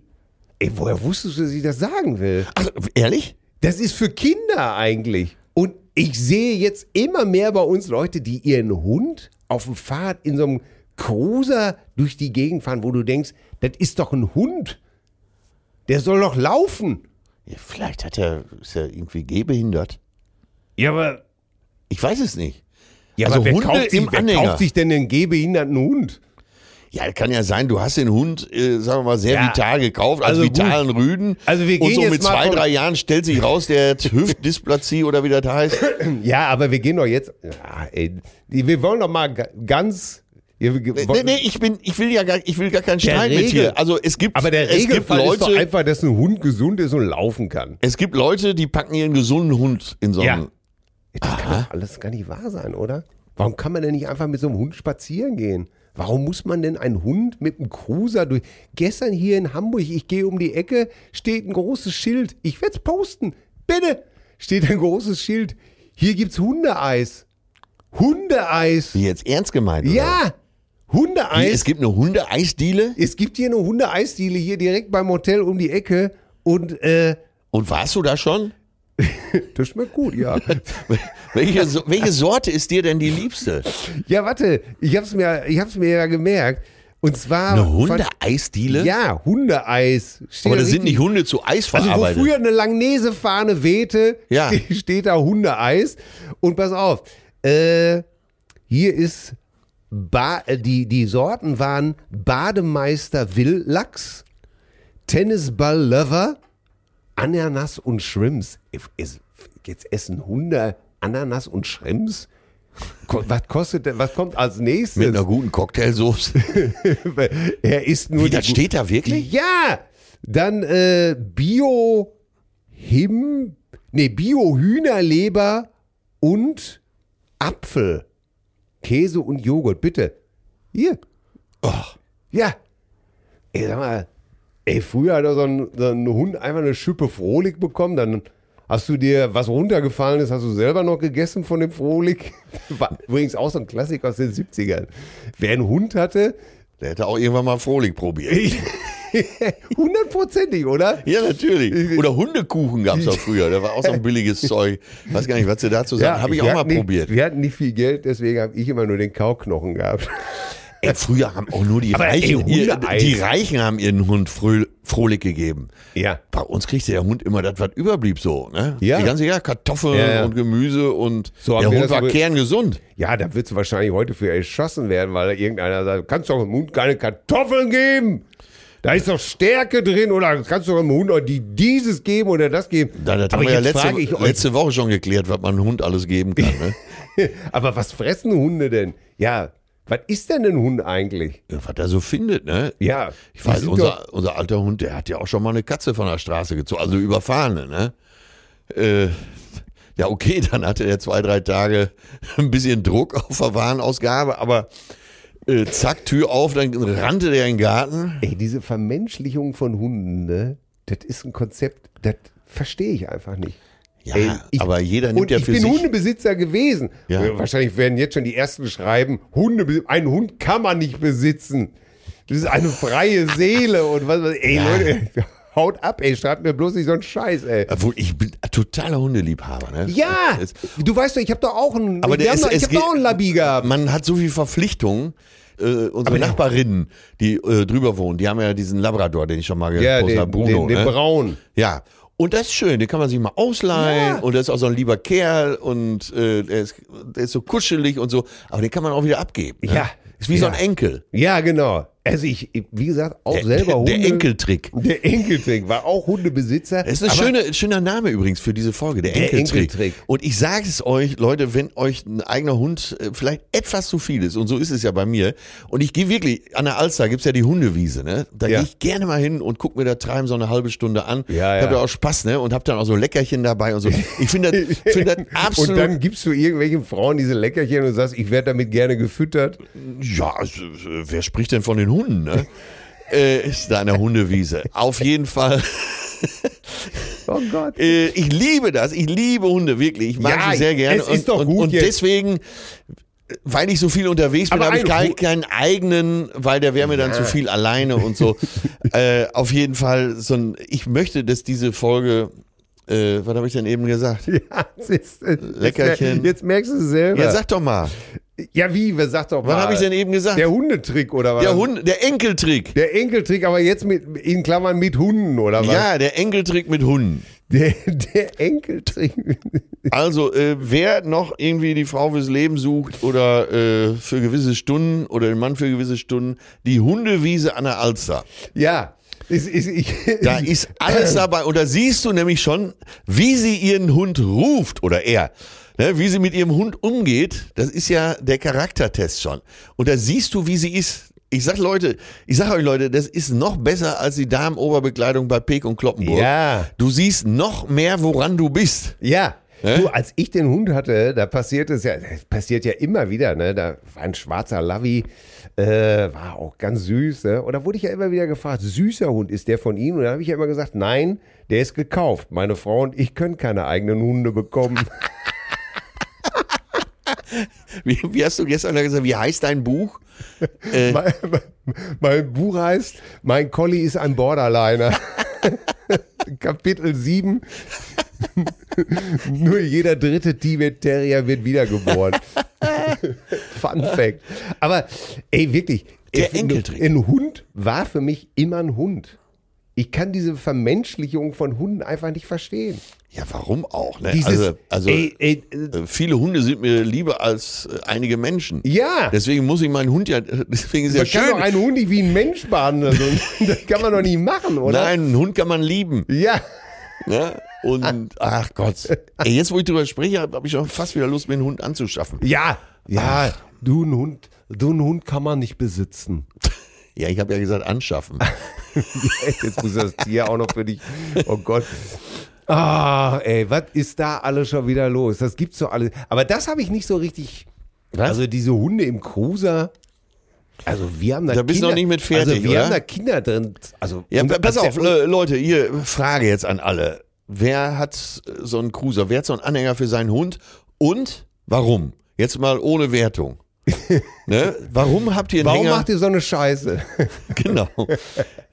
Speaker 3: ey, woher wusstest du, dass ich das sagen will?
Speaker 2: Ach, ehrlich?
Speaker 3: Das ist für Kinder eigentlich. Und ich sehe jetzt immer mehr bei uns Leute, die ihren Hund auf dem Fahrrad in so einem Cruiser durch die Gegend fahren, wo du denkst, das ist doch ein Hund. Der soll doch laufen.
Speaker 2: Ja, vielleicht hat er, ist er irgendwie gehbehindert.
Speaker 3: Ja, aber,
Speaker 2: Ich weiß es nicht.
Speaker 3: ja,
Speaker 2: Also
Speaker 3: aber wer,
Speaker 2: Hunde
Speaker 3: kauft sich,
Speaker 2: im
Speaker 3: wer
Speaker 2: Anhänger.
Speaker 3: kauft sich denn einen gehbehinderten Hund?
Speaker 2: Ja, kann ja sein, du hast den Hund, äh, sagen wir mal, sehr
Speaker 3: Ja.
Speaker 2: vital gekauft, als
Speaker 3: Also gut.
Speaker 2: vitalen Rüden.
Speaker 3: Also wir
Speaker 2: Und
Speaker 3: gehen
Speaker 2: so
Speaker 3: jetzt
Speaker 2: mit
Speaker 3: mal
Speaker 2: zwei,
Speaker 3: von-
Speaker 2: drei Jahren stellt sich raus, der
Speaker 3: [laughs]
Speaker 2: hat Hüftdysplasie oder wie das heißt.
Speaker 3: Ja, aber wir gehen doch jetzt. Ja, ey, wir wollen doch mal ga- ganz. wir- wir-
Speaker 2: Äh, Nee, nee, ich bin, ich will ja gar, ich will gar keinen Streit mit
Speaker 3: Regel-
Speaker 2: dir. Also es gibt,
Speaker 3: aber der
Speaker 2: es gibt
Speaker 3: Regelfall ist doch
Speaker 2: Leute,
Speaker 3: einfach, dass ein Hund gesund ist und laufen kann.
Speaker 2: es gibt Leute, die packen ihren gesunden Hund in so einen.
Speaker 3: Ja. Das kann doch alles gar nicht wahr sein, oder? Warum kann man denn nicht einfach mit so einem Hund spazieren gehen? Warum muss man denn einen Hund mit einem Cruiser durch? Gestern hier in Hamburg, ich gehe um die Ecke, steht ein großes Schild. Ich werde es posten. Bitte! Steht ein großes Schild. Hier gibt's Hundeeis. Hundeeis.
Speaker 2: Wie jetzt ernst gemeint? Oder?
Speaker 3: Ja!
Speaker 2: Wie,
Speaker 3: Hundeeis.
Speaker 2: es gibt eine Hunde-Eisdiele.
Speaker 3: Es gibt hier eine Hunde-Eisdiele hier direkt beim Hotel um die Ecke und äh,
Speaker 2: Und warst du da schon? [laughs]
Speaker 3: das schmeckt gut, ja.
Speaker 2: Welche, So- welche Sorte ist dir denn die liebste?
Speaker 3: ja, warte, ich hab's mir, ich hab's mir ja gemerkt. Und zwar
Speaker 2: Eine
Speaker 3: fand-
Speaker 2: Hunde-Eisdiele?
Speaker 3: Ja, Hundeeis. Steht
Speaker 2: Aber
Speaker 3: da
Speaker 2: das sind
Speaker 3: richtig-
Speaker 2: nicht Hunde zu Eis
Speaker 3: Also wo
Speaker 2: verarbeitet.
Speaker 3: früher eine Langnese-Fahne wehte, [laughs]
Speaker 2: Ja.
Speaker 3: steht da Hundeeis. Und pass auf, äh, hier ist ba äh, die, die Sorten waren Bademeister Willlachs, Tennisball Lover, Ananas und Shrimps. If- is- Jetzt essen Hunde Ananas und Shrimps? Ko- Was kostet denn, was kommt als
Speaker 2: mit einer
Speaker 3: nächstes?
Speaker 2: guten Cocktailsoße.
Speaker 3: [laughs] Er isst nur
Speaker 2: Wie,
Speaker 3: die
Speaker 2: das
Speaker 3: gu-
Speaker 2: steht da wirklich?
Speaker 3: ja, dann äh, Bio Him, nee, Bio Hühnerleber und Apfel, Käse und Joghurt, bitte. Hier. Ja. Ey, sag mal, ey, früher hat doch so ein, so ein Hund einfach eine Schippe Frohlig bekommen, dann hast du dir, was runtergefallen ist, hast du selber noch gegessen von dem Frohlig. [laughs] War übrigens auch so ein Klassiker aus den 70ern. Wer einen Hund hatte,
Speaker 2: Der hätte auch irgendwann mal Frohlich
Speaker 3: [laughs]
Speaker 2: probiert.
Speaker 3: hundertprozentig, oder?
Speaker 2: Ja, natürlich. Oder Hundekuchen gab es
Speaker 3: [laughs]
Speaker 2: doch früher. Da war auch so ein billiges Zeug. Weiß gar nicht, was sie dazu sagen. Habe ich auch
Speaker 3: wir
Speaker 2: mal
Speaker 3: hatten nicht,
Speaker 2: probiert.
Speaker 3: Wir hatten nicht viel Geld, deswegen habe ich immer nur den
Speaker 2: [laughs]
Speaker 3: Kauknochen gehabt.
Speaker 2: Ey, Äh, früher haben auch nur die
Speaker 3: Aber, ey,
Speaker 2: Reichen. ihr,
Speaker 3: Hundeeis.
Speaker 2: die Reichen haben ihren Hund fröh, Frohlich gegeben.
Speaker 3: Ja.
Speaker 2: Bei uns kriegte der Hund immer das, was überblieb so. Ne?
Speaker 3: Ja.
Speaker 2: Die ganze Jahr Kartoffeln
Speaker 3: Ja, ja.
Speaker 2: und Gemüse und
Speaker 3: So haben
Speaker 2: der
Speaker 3: wir
Speaker 2: Hund
Speaker 3: das
Speaker 2: war
Speaker 3: aber-
Speaker 2: kerngesund.
Speaker 3: Ja, da würdest du wahrscheinlich heute für erschossen werden, weil irgendeiner sagt, kannst doch dem Hund keine Kartoffeln geben. Da ist doch Stärke drin oder kannst du dem Hund auch die dieses geben oder das geben.
Speaker 2: Da, das haben wir ja
Speaker 3: jetzt
Speaker 2: letzte,
Speaker 3: frage ich euch,
Speaker 2: letzte Woche schon geklärt, was man einem Hund alles geben kann.
Speaker 3: [laughs]
Speaker 2: Ne?
Speaker 3: aber was fressen Hunde denn? Ja, was ist denn ein Hund eigentlich?
Speaker 2: Ja, was er so findet, ne?
Speaker 3: Ja,
Speaker 2: Ich
Speaker 3: die
Speaker 2: weiß,
Speaker 3: sind
Speaker 2: unser, unser alter Hund, der hat ja auch schon mal eine Katze von der Straße gezogen, also überfahrene, ne? Äh, Ja, okay, [laughs] dann hatte er zwei, drei Tage ein bisschen Druck auf der Warenausgabe, aber äh, zack, Tür auf, dann rannte der in den Garten.
Speaker 3: Ey, diese Vermenschlichung von Hunden, ne? Das ist ein Konzept, das verstehe ich einfach nicht.
Speaker 2: Ja,
Speaker 3: Ey, ich-
Speaker 2: aber jeder nimmt
Speaker 3: Und
Speaker 2: ja
Speaker 3: ich
Speaker 2: für
Speaker 3: bin
Speaker 2: sich.
Speaker 3: Hundebesitzer gewesen.
Speaker 2: Ja.
Speaker 3: Äh, Wahrscheinlich werden jetzt schon die ersten schreiben, Hunde, einen Hund kann man nicht besitzen. Das ist eine freie Seele und was weiß ich. Ey, Leute, [laughs] haut ab, ey, schreibt mir bloß nicht so einen Scheiß, ey.
Speaker 2: Obwohl, ich bin ein totaler Hundeliebhaber. Ne?
Speaker 3: Ja,
Speaker 2: Es-
Speaker 3: du weißt doch, ich habe doch auch einen,
Speaker 2: Aber
Speaker 3: wir
Speaker 2: der
Speaker 3: haben
Speaker 2: ist,
Speaker 3: doch, ich
Speaker 2: es
Speaker 3: habe
Speaker 2: geht-
Speaker 3: doch auch einen Labi gehabt.
Speaker 2: Man hat so viel Verpflichtungen. Äh, unsere Nachbarinnen, die äh, drüber wohnen, die haben ja diesen Labrador, den ich schon mal
Speaker 3: Ja,
Speaker 2: gepostet
Speaker 3: den,
Speaker 2: habe, Bruno.
Speaker 3: den, den
Speaker 2: ne?
Speaker 3: Braun.
Speaker 2: Ja. Und das ist schön, den kann man sich mal ausleihen.
Speaker 3: Ja.
Speaker 2: Und das ist auch so ein lieber Kerl und äh, der, ist, der ist so kuschelig und so. Aber den kann man auch wieder abgeben. Ne?
Speaker 3: Ja.
Speaker 2: Ist wie so ein
Speaker 3: Ja.
Speaker 2: Enkel.
Speaker 3: Ja, genau. Also ich, ich- wie gesagt, auch selber Hunde.
Speaker 2: der Enkeltrick.
Speaker 3: Der Enkeltrick war auch Hundebesitzer.
Speaker 2: Das ist ein
Speaker 3: aber-
Speaker 2: schöne, schöner Name übrigens für diese Folge, der,
Speaker 3: Der
Speaker 2: Enkeltrick.
Speaker 3: Enkeltrick.
Speaker 2: Und ich sage es euch, Leute, wenn euch ein eigener Hund äh, vielleicht etwas zu viel ist, und so ist es ja bei mir, und ich gehe wirklich, an der Alster gibt's ja die Hundewiese, ne? Da
Speaker 3: Ja.
Speaker 2: gehe ich gerne mal hin und guck mir da Treiben so eine halbe Stunde an.
Speaker 3: Ja,
Speaker 2: ich habe
Speaker 3: ja.
Speaker 2: ja auch Spaß, ne? Und hab dann auch so Leckerchen dabei und so. Ich
Speaker 3: [laughs]
Speaker 2: finde das, find das absolut.
Speaker 3: Und dann gibst du irgendwelchen Frauen diese Leckerchen und sagst, ich werde damit gerne gefüttert.
Speaker 2: Ja, also, äh, wer spricht denn von den Hunden, ne? äh, ist da eine Hundewiese. Auf jeden Fall.
Speaker 3: Oh Gott.
Speaker 2: Äh, ich liebe das. Ich liebe Hunde, wirklich. Ich mag
Speaker 3: Ja,
Speaker 2: sie sehr gerne.
Speaker 3: es ist doch
Speaker 2: und,
Speaker 3: gut
Speaker 2: und, und
Speaker 3: jetzt.
Speaker 2: deswegen, weil ich so viel unterwegs bin,
Speaker 3: Aber
Speaker 2: habe ich
Speaker 3: ein
Speaker 2: kein,
Speaker 3: Hu-
Speaker 2: keinen eigenen, weil der wäre mir dann zu viel alleine und
Speaker 3: [laughs]
Speaker 2: so. äh, auf jeden Fall, so ein, ich möchte, dass diese Folge, äh, was habe ich denn eben gesagt?
Speaker 3: [laughs] Ja, es ist, es
Speaker 2: Leckerchen.
Speaker 3: Jetzt, mer- jetzt merkst du es selber.
Speaker 2: Ja, sag doch mal.
Speaker 3: ja wie, wer sagt doch mal.
Speaker 2: Was habe ich denn eben gesagt? Der,
Speaker 3: Der Hundetrick oder was?
Speaker 2: Hund, der Enkeltrick.
Speaker 3: Der Enkeltrick, aber jetzt mit, in Klammern mit Hunden oder was?
Speaker 2: ja, der Enkeltrick mit Hunden.
Speaker 3: Der, der Enkeltrick. [laughs]
Speaker 2: Also, äh, wer noch irgendwie die Frau fürs Leben sucht oder äh, für gewisse Stunden oder den Mann für gewisse Stunden, die Hundewiese an der Alster.
Speaker 3: Ja. Ist, ist, ich, [laughs]
Speaker 2: Da ist alles dabei. Und da siehst du nämlich schon, wie sie ihren Hund ruft oder er. Ne, wie sie mit ihrem Hund umgeht, das ist ja der Charaktertest schon. Und da siehst du, wie sie ist. Ich sag Leute, ich sag euch Leute, das ist noch besser als die Damenoberbekleidung bei Peek und Kloppenburg.
Speaker 3: Ja.
Speaker 2: Du siehst noch mehr, woran du bist.
Speaker 3: Ja.
Speaker 2: Ne?
Speaker 3: Du, als ich den Hund hatte, da passiert es ja, das passiert ja immer wieder, ne? Da war ein schwarzer Lavi, äh, war auch ganz süß, ne? Und da wurde ich ja immer wieder gefragt, süßer Hund, ist der von Ihnen? Und da habe ich ja immer gesagt, nein, der ist gekauft. Meine Frau und ich können keine eigenen Hunde bekommen.
Speaker 2: Wie, wie hast du gestern da gesagt, wie heißt dein Buch?
Speaker 3: mein, mein- mein Buch heißt, mein Collie ist ein Borderliner. [laughs] Kapitel 7. [laughs] Nur jeder dritte Tibet-Terrier wird wiedergeboren. [laughs] Fun Fact. Aber ey, wirklich,
Speaker 2: Der
Speaker 3: ich-
Speaker 2: Enkeltrick.
Speaker 3: ein Hund war für mich immer ein Hund. Ich kann diese Vermenschlichung von Hunden einfach nicht verstehen.
Speaker 2: Ja, warum auch? Ne?
Speaker 3: Dieses,
Speaker 2: also also
Speaker 3: ey, ey, äh,
Speaker 2: äh, viele Hunde sind mir lieber als äh, einige Menschen.
Speaker 3: ja.
Speaker 2: Deswegen muss ich meinen Hund ja, [laughs] deswegen ist ja
Speaker 3: man kann doch
Speaker 2: schön.
Speaker 3: einen Hund nicht wie einen Mensch behandeln. [laughs] Und das kann man doch nicht machen, oder?
Speaker 2: Nein, einen Hund kann man lieben.
Speaker 3: Ja.
Speaker 2: Ne? Und ach Gott. [laughs] Ey, jetzt, wo ich drüber spreche, habe hab ich schon fast wieder Lust, mir einen Hund anzuschaffen.
Speaker 3: Ja, ja, Ah, du ein Hund, du ein Hund kann man nicht besitzen. [laughs]
Speaker 2: Ja, ich habe ja gesagt, anschaffen.
Speaker 3: Jetzt muss das Tier auch noch für dich. Oh Gott. Ah, ey, was ist da alles schon wieder los? Das gibt's so alles. Aber das habe ich nicht so richtig. Also diese Hunde im Cruiser. Also wir haben da,
Speaker 2: Da bist du
Speaker 3: Kinder,
Speaker 2: noch nicht mit fertig,
Speaker 3: Also wir
Speaker 2: oder?
Speaker 3: haben da Kinder drin. Also
Speaker 2: Ja,
Speaker 3: und-
Speaker 2: pass auf, Le- Leute, hier, Frage jetzt an alle. Wer hat äh, so einen Cruiser? Wer hat so einen Anhänger für seinen Hund? Und warum? Jetzt mal ohne
Speaker 3: [laughs]
Speaker 2: Wertung. ne? Warum habt ihr einen
Speaker 3: Warum
Speaker 2: Hänger?
Speaker 3: macht ihr so eine Scheiße?
Speaker 2: [laughs] genau.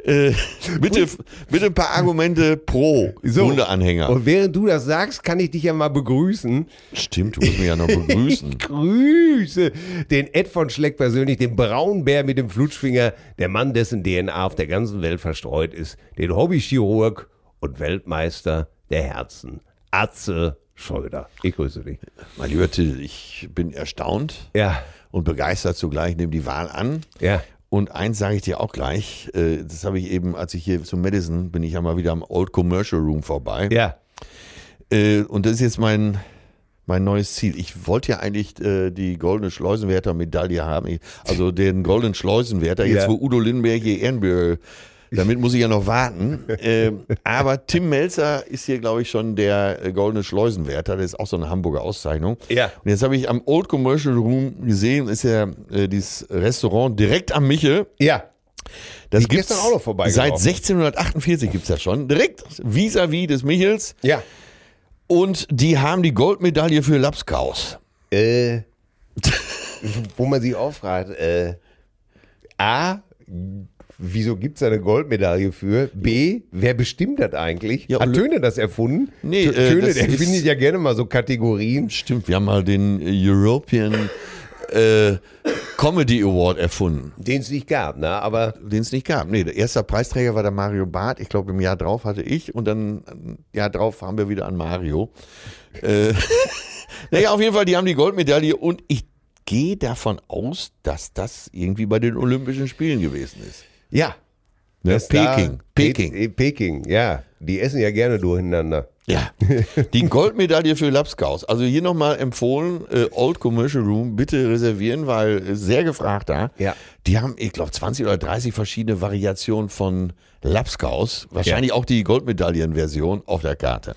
Speaker 2: äh, bitte, bitte ein paar Argumente pro Hundeanhänger.
Speaker 3: [laughs] Und während du das sagst, kann ich dich ja mal begrüßen.
Speaker 2: Stimmt, du musst mich ja noch begrüßen. [laughs]
Speaker 3: Grüße den Ed von Schleck persönlich, den Braunbär mit dem Flutschfinger, der Mann, dessen DNA auf der ganzen Welt verstreut ist, den Hobbychirurg und Weltmeister der Herzen, Atze Schröder. Ich grüße dich.
Speaker 2: mein lieber Till, ich bin erstaunt
Speaker 3: Ja,
Speaker 2: und begeistert zugleich, nehme die Wahl an.
Speaker 3: ja.
Speaker 2: Und eins sage ich dir auch gleich, äh, das habe ich eben, als ich hier zum Madison bin, ich ja mal wieder am Old Commercial Room vorbei.
Speaker 3: Ja,
Speaker 2: Äh, und das ist jetzt mein, mein neues Ziel. Ich wollte ja eigentlich äh, die goldene Schleusenwärter-Medaille haben. Ich, also den goldenen Schleusenwärter, jetzt
Speaker 3: Ja.
Speaker 2: wo Udo Lindenberg hier Ehrenbürger Damit muss ich ja noch warten. Ähm, aber Tim Melzer ist hier, glaube ich, schon der äh, goldene Schleusenwärter. Das ist auch so eine Hamburger Auszeichnung.
Speaker 3: Ja.
Speaker 2: Und jetzt habe ich am Old Commercial Room gesehen, ist ja äh, dieses Restaurant direkt am Michel.
Speaker 3: Ja.
Speaker 2: Das
Speaker 3: Die
Speaker 2: gibt's
Speaker 3: gestern auch noch vorbeigelaufen.
Speaker 2: Seit 1648 gibt es das schon. Direkt vis-à-vis des Michels.
Speaker 3: Ja.
Speaker 2: Und die haben die Goldmedaille für Lapskaus.
Speaker 3: Äh, wo man sich auch fragt, äh, A, wieso gibt es da eine Goldmedaille für? B, wer bestimmt das eigentlich?
Speaker 2: Ja,
Speaker 3: Hat
Speaker 2: und-
Speaker 3: Töne das erfunden?
Speaker 2: Nee,
Speaker 3: Tö-
Speaker 2: äh,
Speaker 3: Töne,
Speaker 2: das
Speaker 3: der
Speaker 2: ist-
Speaker 3: findet ja gerne mal so Kategorien.
Speaker 2: Stimmt, wir haben mal den European äh, Comedy Award erfunden.
Speaker 3: Den es nicht gab, ne? Aber
Speaker 2: den es nicht gab. Nee, der erste Preisträger war der Mario Barth. Ich glaube, im Jahr drauf hatte ich und dann ähm, Jahr drauf haben wir wieder an Mario. Äh, [laughs] naja, auf jeden Fall, die haben die Goldmedaille und ich gehe davon aus, dass das irgendwie bei den Olympischen Spielen gewesen ist.
Speaker 3: ja.
Speaker 2: Ne?
Speaker 3: dass da-
Speaker 2: Peking, Peking.
Speaker 3: Pe- Peking, ja. Die essen ja gerne durcheinander.
Speaker 2: Ja, [laughs] die Goldmedaille für Lapskaus. Also hier nochmal empfohlen, äh, Old Commercial Room, bitte reservieren, weil äh, sehr gefragt da.
Speaker 3: Ja.
Speaker 2: Die haben, ich glaube, 20 oder 30 verschiedene Variationen von Lapskaus. Wahrscheinlich auch die Goldmedaillenversion auf der Karte.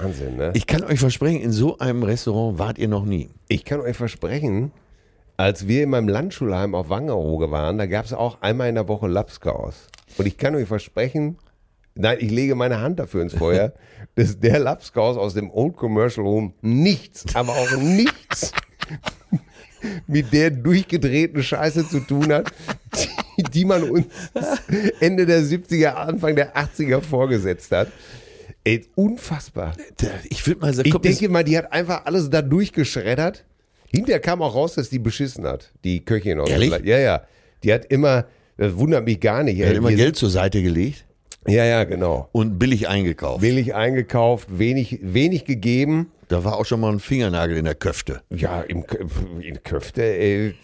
Speaker 3: Wahnsinn, ne?
Speaker 2: Ich kann euch versprechen, in so einem Restaurant wart ihr noch nie.
Speaker 3: Ich kann euch versprechen, als wir in meinem Landschulheim auf Wangerooge waren, da gab es auch einmal in der Woche Lapskaus. Und ich kann euch versprechen, nein, ich lege meine Hand dafür ins Feuer, dass der Lapskaus aus dem Old Commercial Room nichts, aber auch nichts mit der durchgedrehten Scheiße zu tun hat, die, die man uns Ende der 70er, Anfang der 80er vorgesetzt hat. Ey, unfassbar.
Speaker 2: Ich würde mal sagen,
Speaker 3: Ich
Speaker 2: kommt
Speaker 3: denke mal, die hat einfach alles da durchgeschreddert. Hinterher kam auch raus, dass die beschissen hat, die Köchin aus dem
Speaker 2: Ehrlich?
Speaker 3: Laden. Ja, ja. Die hat immer, das wundert mich gar nicht.
Speaker 2: das,
Speaker 3: ey.
Speaker 2: hat immer
Speaker 3: Die-
Speaker 2: Geld zur Seite gelegt
Speaker 3: Ja, ja, genau.
Speaker 2: und billig eingekauft.
Speaker 3: Billig eingekauft, wenig, wenig gegeben.
Speaker 2: Da war auch schon mal ein Fingernagel in der Köfte.
Speaker 3: Ja, im, Kö- in Köfte, ey.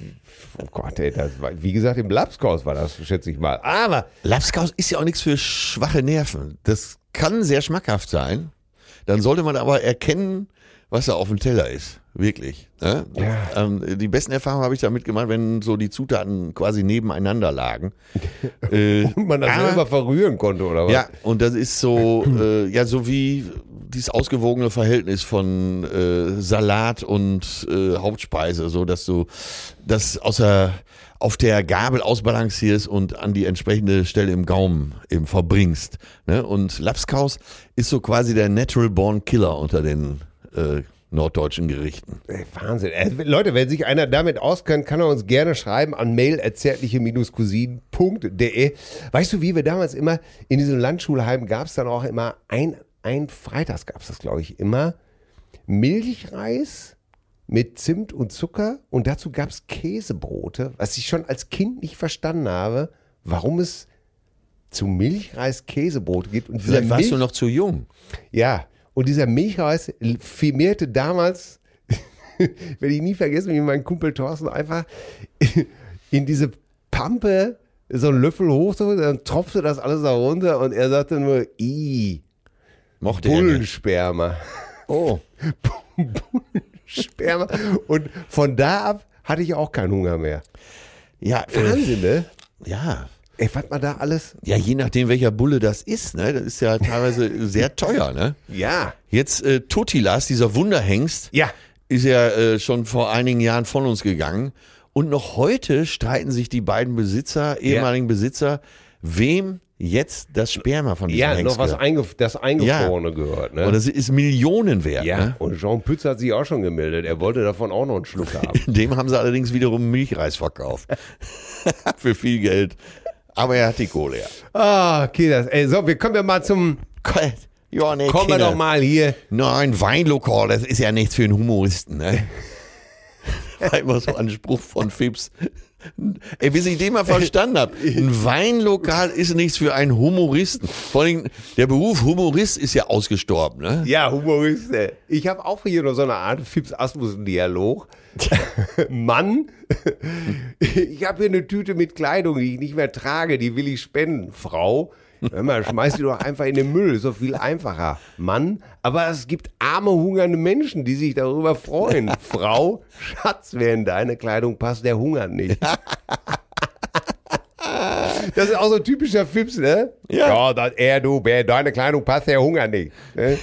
Speaker 3: Oh Gott, ey, das war, wie gesagt, im Lapskaus war das, schätze ich mal. Aber
Speaker 2: Lapskaus ist ja auch nichts für schwache Nerven. Das kann sehr schmackhaft sein. Dann sollte man aber erkennen, was da auf dem Teller ist. Wirklich. Ne?
Speaker 3: Ja.
Speaker 2: Ähm, die besten Erfahrungen habe ich damit gemacht, wenn so die Zutaten quasi nebeneinander lagen. äh,
Speaker 3: man das
Speaker 2: aber-
Speaker 3: selber verrühren konnte, oder was?
Speaker 2: ja, und das ist so, äh, ja, so wie dieses ausgewogene Verhältnis von äh, Salat und äh, Hauptspeise, so dass du das aus der, auf der Gabel ausbalancierst und an die entsprechende Stelle im Gaumen eben verbringst. Ne? Und Lapskaus ist so quasi der Natural Born Killer unter den äh, norddeutschen Gerichten.
Speaker 3: Ey, Wahnsinn. Äh, Leute, wenn sich einer damit auskennt, kann er uns gerne schreiben an mail cousinende Weißt du, wie wir damals immer in diesem Landschulheim gab es dann auch immer ein, ein Freitags gab es das, glaube ich, immer Milchreis mit Zimt und Zucker und dazu gab es Käsebrote, was ich schon als Kind nicht verstanden habe, warum es zu Milchreis Käsebrote gibt. Und dieser
Speaker 2: Vielleicht warst
Speaker 3: Milch-
Speaker 2: du noch zu jung.
Speaker 3: ja, und dieser Milchreis firmierte damals, [laughs] werde ich nie vergessen, wie mein Kumpel Thorsten einfach in diese Pampe so einen Löffel hoch, so, dann tropfte das alles da runter und er sagte nur, i,
Speaker 2: Mochte er nicht.
Speaker 3: Bullensperma. [laughs]
Speaker 2: Oh.
Speaker 3: Sperma. Und von da ab hatte ich auch keinen Hunger mehr.
Speaker 2: Ja, äh,
Speaker 3: Wahnsinn, ne?
Speaker 2: ja.
Speaker 3: Ey, was man da alles.
Speaker 2: Ja, je nachdem, welcher Bulle das ist, ne? Das ist ja teilweise [laughs] sehr teuer, ne?
Speaker 3: Ja.
Speaker 2: Jetzt äh, Totilas, dieser Wunderhengst,
Speaker 3: Ja.
Speaker 2: ist ja äh, schon vor einigen Jahren von uns gegangen. Und noch heute streiten sich die beiden Besitzer, ehemaligen Besitzer, wem jetzt das Sperma von diesem
Speaker 3: Ja,
Speaker 2: Hengst
Speaker 3: noch was
Speaker 2: gehört.
Speaker 3: eingef das Eingefrorene gehört, ne?
Speaker 2: Und das ist Millionen wert.
Speaker 3: ja,
Speaker 2: Ne?
Speaker 3: und Jean Pütz hat sich auch schon gemeldet. Er wollte davon auch noch einen Schluck haben.
Speaker 2: Dem haben sie allerdings wiederum Milchreis verkauft. [laughs] Für viel Geld. Aber er hat die Kohle, ja.
Speaker 3: [laughs] Ah, okay, das. Ey, so, wir kommen ja mal zum.
Speaker 2: Gott, Ja, nee,
Speaker 3: Kommen wir
Speaker 2: Kinder.
Speaker 3: doch mal hier.
Speaker 2: Nein, Weinlokal, das ist ja nichts für einen Humoristen, [laughs] ne? War immer so ein Spruch von Fips. Ey, bis ich den mal verstanden habe. [laughs] Ein Weinlokal ist nichts für einen Humoristen. Vor allem, der Beruf Humorist ist ja ausgestorben, ne?
Speaker 3: Ja, Humorist. ey. Ich habe auch hier noch so eine Art Fips Asmus-Dialog. [laughs] Mann, [laughs] ich habe hier eine Tüte mit Kleidung, die ich nicht mehr trage, die will ich spenden. Frau, hör mal, schmeiß die doch einfach in den Müll, so viel einfacher. Mann, aber es gibt arme, hungernde Menschen, die sich
Speaker 2: [laughs]
Speaker 3: darüber freuen. Frau, Schatz, wer in deine Kleidung passt, der hungert nicht. Das ist auch so ein typischer Fips, ne?
Speaker 2: Ja.
Speaker 3: das, er, du, wer, deine Kleidung passt, der Hunger nicht. Ne?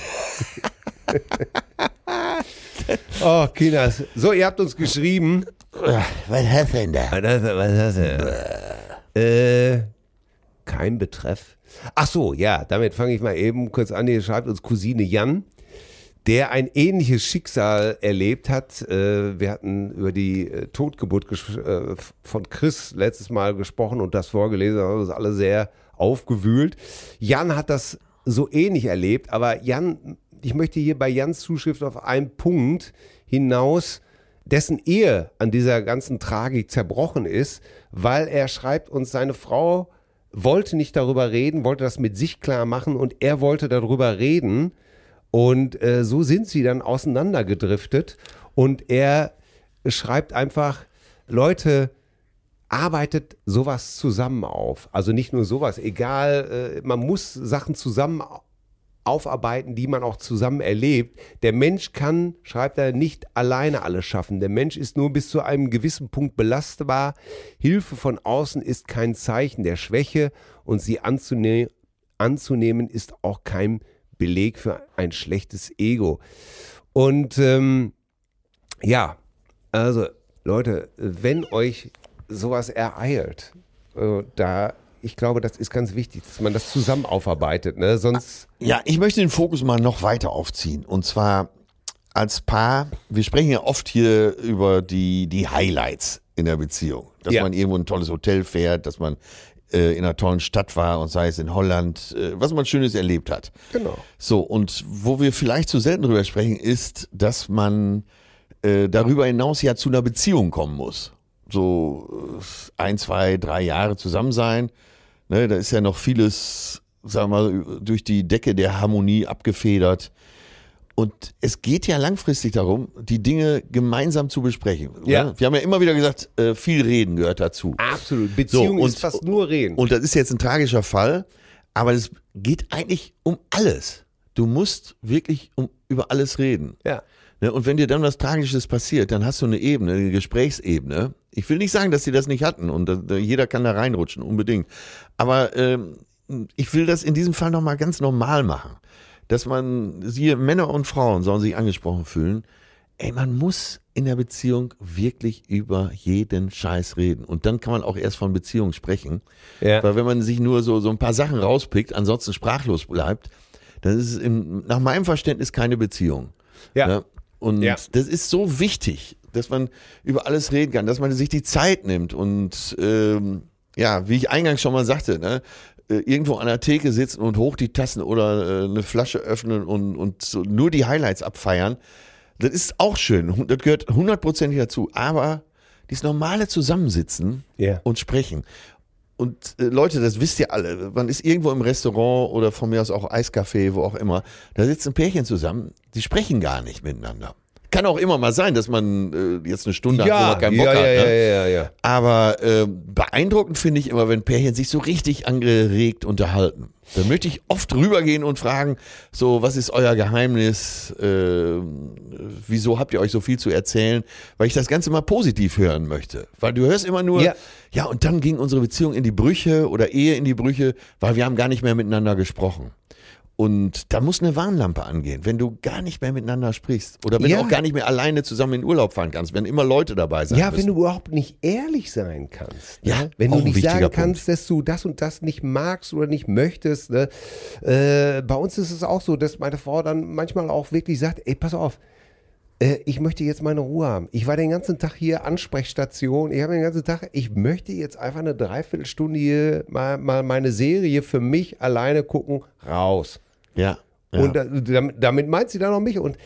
Speaker 3: oh, Kinders. So, ihr habt uns geschrieben.
Speaker 2: Was hast du denn da?
Speaker 3: Was hast du? Was hast du? Äh, kein Betreff. Ach so, ja, damit fange ich mal eben kurz an. Hier schreibt uns Cousine Jan, der ein ähnliches Schicksal erlebt hat. Äh, wir hatten über die äh, Totgeburt gesch- äh, von Chris letztes Mal gesprochen und das vorgelesen. Da haben uns alle sehr aufgewühlt. Jan hat das so ähnlich erlebt, aber Jan, ich möchte hier bei Jans Zuschrift auf einen Punkt hinaus dessen Ehe an dieser ganzen Tragik zerbrochen ist, weil er schreibt uns, seine Frau wollte nicht darüber reden, wollte das mit sich klar machen und er wollte darüber reden. Und äh, so sind sie dann auseinandergedriftet. Und er schreibt einfach, Leute, arbeitet sowas zusammen auf. Also nicht nur sowas, egal, äh, man muss Sachen zusammen au- aufarbeiten, die man auch zusammen erlebt. Der Mensch kann, schreibt er, nicht alleine alles schaffen. Der Mensch ist nur bis zu einem gewissen Punkt belastbar. Hilfe von außen ist kein Zeichen der Schwäche und sie anzune anzunehmen ist auch kein Beleg für ein schlechtes Ego. Und ähm, ja, also Leute, wenn euch sowas ereilt, äh, da, ich glaube, das ist ganz wichtig, dass man das zusammen aufarbeitet, ne? Sonst
Speaker 2: Ja, ich möchte den Fokus mal noch weiter aufziehen. Und zwar als Paar, wir sprechen ja oft hier über die, die Highlights in der Beziehung. Dass
Speaker 3: Ja.
Speaker 2: man irgendwo in ein tolles Hotel fährt, dass man äh, in einer tollen Stadt war und sei es in Holland, äh, was man Schönes erlebt hat.
Speaker 3: Genau.
Speaker 2: So, und wo wir vielleicht zu selten drüber sprechen, ist, dass man äh, darüber hinaus ja zu einer Beziehung kommen muss. So äh, ein, zwei, drei Jahre zusammen sein. Ne, da ist ja noch vieles, sagen wir mal, durch die Decke der Harmonie abgefedert. Und es geht ja langfristig darum, die Dinge gemeinsam zu besprechen.
Speaker 3: Ja.
Speaker 2: Ne? Wir haben ja immer wieder gesagt, äh, viel reden gehört dazu.
Speaker 3: absolut Beziehung
Speaker 2: So,
Speaker 3: ist
Speaker 2: und-
Speaker 3: fast nur reden.
Speaker 2: Und das ist jetzt ein tragischer Fall, aber es geht eigentlich um alles. Du musst wirklich um, über alles reden.
Speaker 3: ja.
Speaker 2: Ne? Und wenn dir dann was Tragisches passiert, dann hast du eine Ebene, eine Gesprächsebene. Ich will nicht sagen, dass sie das nicht hatten und äh, da- da- jeder kann da reinrutschen, unbedingt. Aber ähm, ich will das in diesem Fall nochmal ganz normal machen. Dass man, siehe, Männer und Frauen sollen sich angesprochen fühlen. Ey, man muss in der Beziehung wirklich über jeden Scheiß reden. Und dann kann man auch erst von Beziehung sprechen.
Speaker 3: Ja.
Speaker 2: Weil wenn man sich nur so, so ein paar Sachen rauspickt, ansonsten sprachlos bleibt, dann ist es im, nach meinem Verständnis keine Beziehung.
Speaker 3: Ja.
Speaker 2: Ne? Und
Speaker 3: Ja.
Speaker 2: das ist so wichtig, dass man über alles reden kann, dass man sich die Zeit nimmt und ähm, ja, wie ich eingangs schon mal sagte, ne, äh, irgendwo an der Theke sitzen und hoch die Tassen oder äh, eine Flasche öffnen und, und so nur die Highlights abfeiern, das ist auch schön. Das gehört hundertprozentig dazu. Aber dieses normale Zusammensitzen
Speaker 3: Ja.
Speaker 2: und Sprechen. Und äh, Leute, das wisst ihr alle. Man ist irgendwo im Restaurant oder von mir aus auch Eiscafé, wo auch immer. Da sitzt ein Pärchen zusammen. Die sprechen gar nicht miteinander. Kann auch immer mal sein, dass man äh, jetzt eine Stunde hat, wo man
Speaker 3: Ja, ja,
Speaker 2: keinen Bock
Speaker 3: ja,
Speaker 2: hat.
Speaker 3: ja,
Speaker 2: ne?
Speaker 3: ja, ja.
Speaker 2: Aber äh, beeindruckend finde ich immer, wenn Pärchen sich so richtig angeregt unterhalten. Dann möchte ich oft rübergehen und fragen, so, was ist euer Geheimnis? Äh, wieso habt ihr euch so viel zu erzählen? Weil ich das Ganze mal positiv hören möchte. Weil du hörst immer nur, ja,
Speaker 3: Ja.
Speaker 2: ja und dann ging unsere Beziehung in die Brüche oder Ehe in die Brüche, weil wir haben gar nicht mehr miteinander gesprochen. Und da muss eine Warnlampe angehen, wenn du gar nicht mehr miteinander sprichst oder wenn
Speaker 3: Ja.
Speaker 2: du auch gar nicht mehr alleine zusammen in den Urlaub fahren kannst, wenn immer Leute dabei sein
Speaker 3: Ja,
Speaker 2: müssen.
Speaker 3: wenn du überhaupt nicht ehrlich sein kannst.
Speaker 2: Ja,
Speaker 3: ne? wenn du
Speaker 2: auch ein
Speaker 3: nicht
Speaker 2: wichtiger
Speaker 3: sagen kannst, dass du das und das nicht magst oder nicht möchtest. Ne? Äh, bei uns ist es auch so, dass meine Frau dann manchmal auch wirklich sagt: Ey, pass auf, äh, ich möchte jetzt meine Ruhe haben. Ich war den ganzen Tag hier Ansprechstation. Ich habe den ganzen Tag, ich möchte jetzt einfach eine Dreiviertelstunde hier mal, mal meine Serie für mich alleine gucken, raus.
Speaker 2: Ja. ja.
Speaker 3: Und da, damit, damit meint sie dann auch mich. Und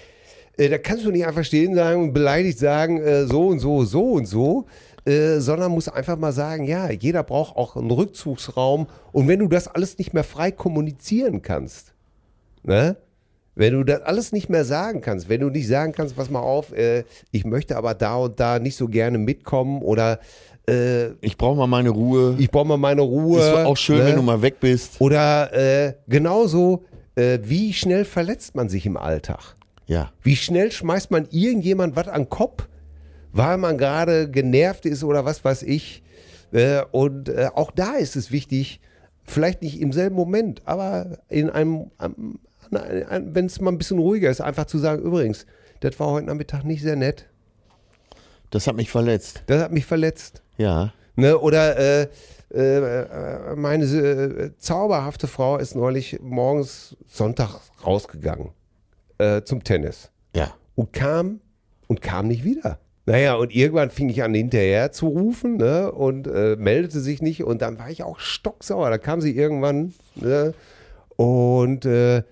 Speaker 3: äh, da kannst du nicht einfach stehen sagen und beleidigt sagen, äh, so und so, so und so, äh, sondern musst einfach mal sagen, ja, jeder braucht auch einen Rückzugsraum. Und wenn du das alles nicht mehr frei kommunizieren kannst, ne? Wenn du das alles nicht mehr sagen kannst, wenn du nicht sagen kannst, pass mal auf, äh, ich möchte aber da und da nicht so gerne mitkommen oder äh,
Speaker 2: ich brauche mal meine Ruhe.
Speaker 3: ich brauche mal meine Ruhe.
Speaker 2: ist auch schön,
Speaker 3: ne?
Speaker 2: wenn du mal weg bist.
Speaker 3: Oder äh, genauso, äh, wie schnell verletzt man sich im Alltag?
Speaker 2: Ja.
Speaker 3: Wie schnell schmeißt man irgendjemand was an den Kopf, weil man gerade genervt ist oder was weiß ich? Äh, und äh, auch da ist es wichtig, vielleicht nicht im selben Moment, aber in einem, am- an- an- wenn es mal ein bisschen ruhiger ist, einfach zu sagen, übrigens, das war heute Nachmittag nicht sehr nett,
Speaker 2: Das hat mich verletzt.
Speaker 3: das hat mich verletzt.
Speaker 2: Ja.
Speaker 3: Ne? Oder äh, äh, äh, meine äh, zauberhafte Frau ist neulich morgens Sonntag rausgegangen äh, zum Tennis
Speaker 2: Ja.
Speaker 3: und kam und kam nicht wieder. Naja, und irgendwann fing ich an, hinterher zu rufen ne, und äh, meldete sich nicht. Und dann war ich auch stocksauer. Da kam sie irgendwann ne, und äh,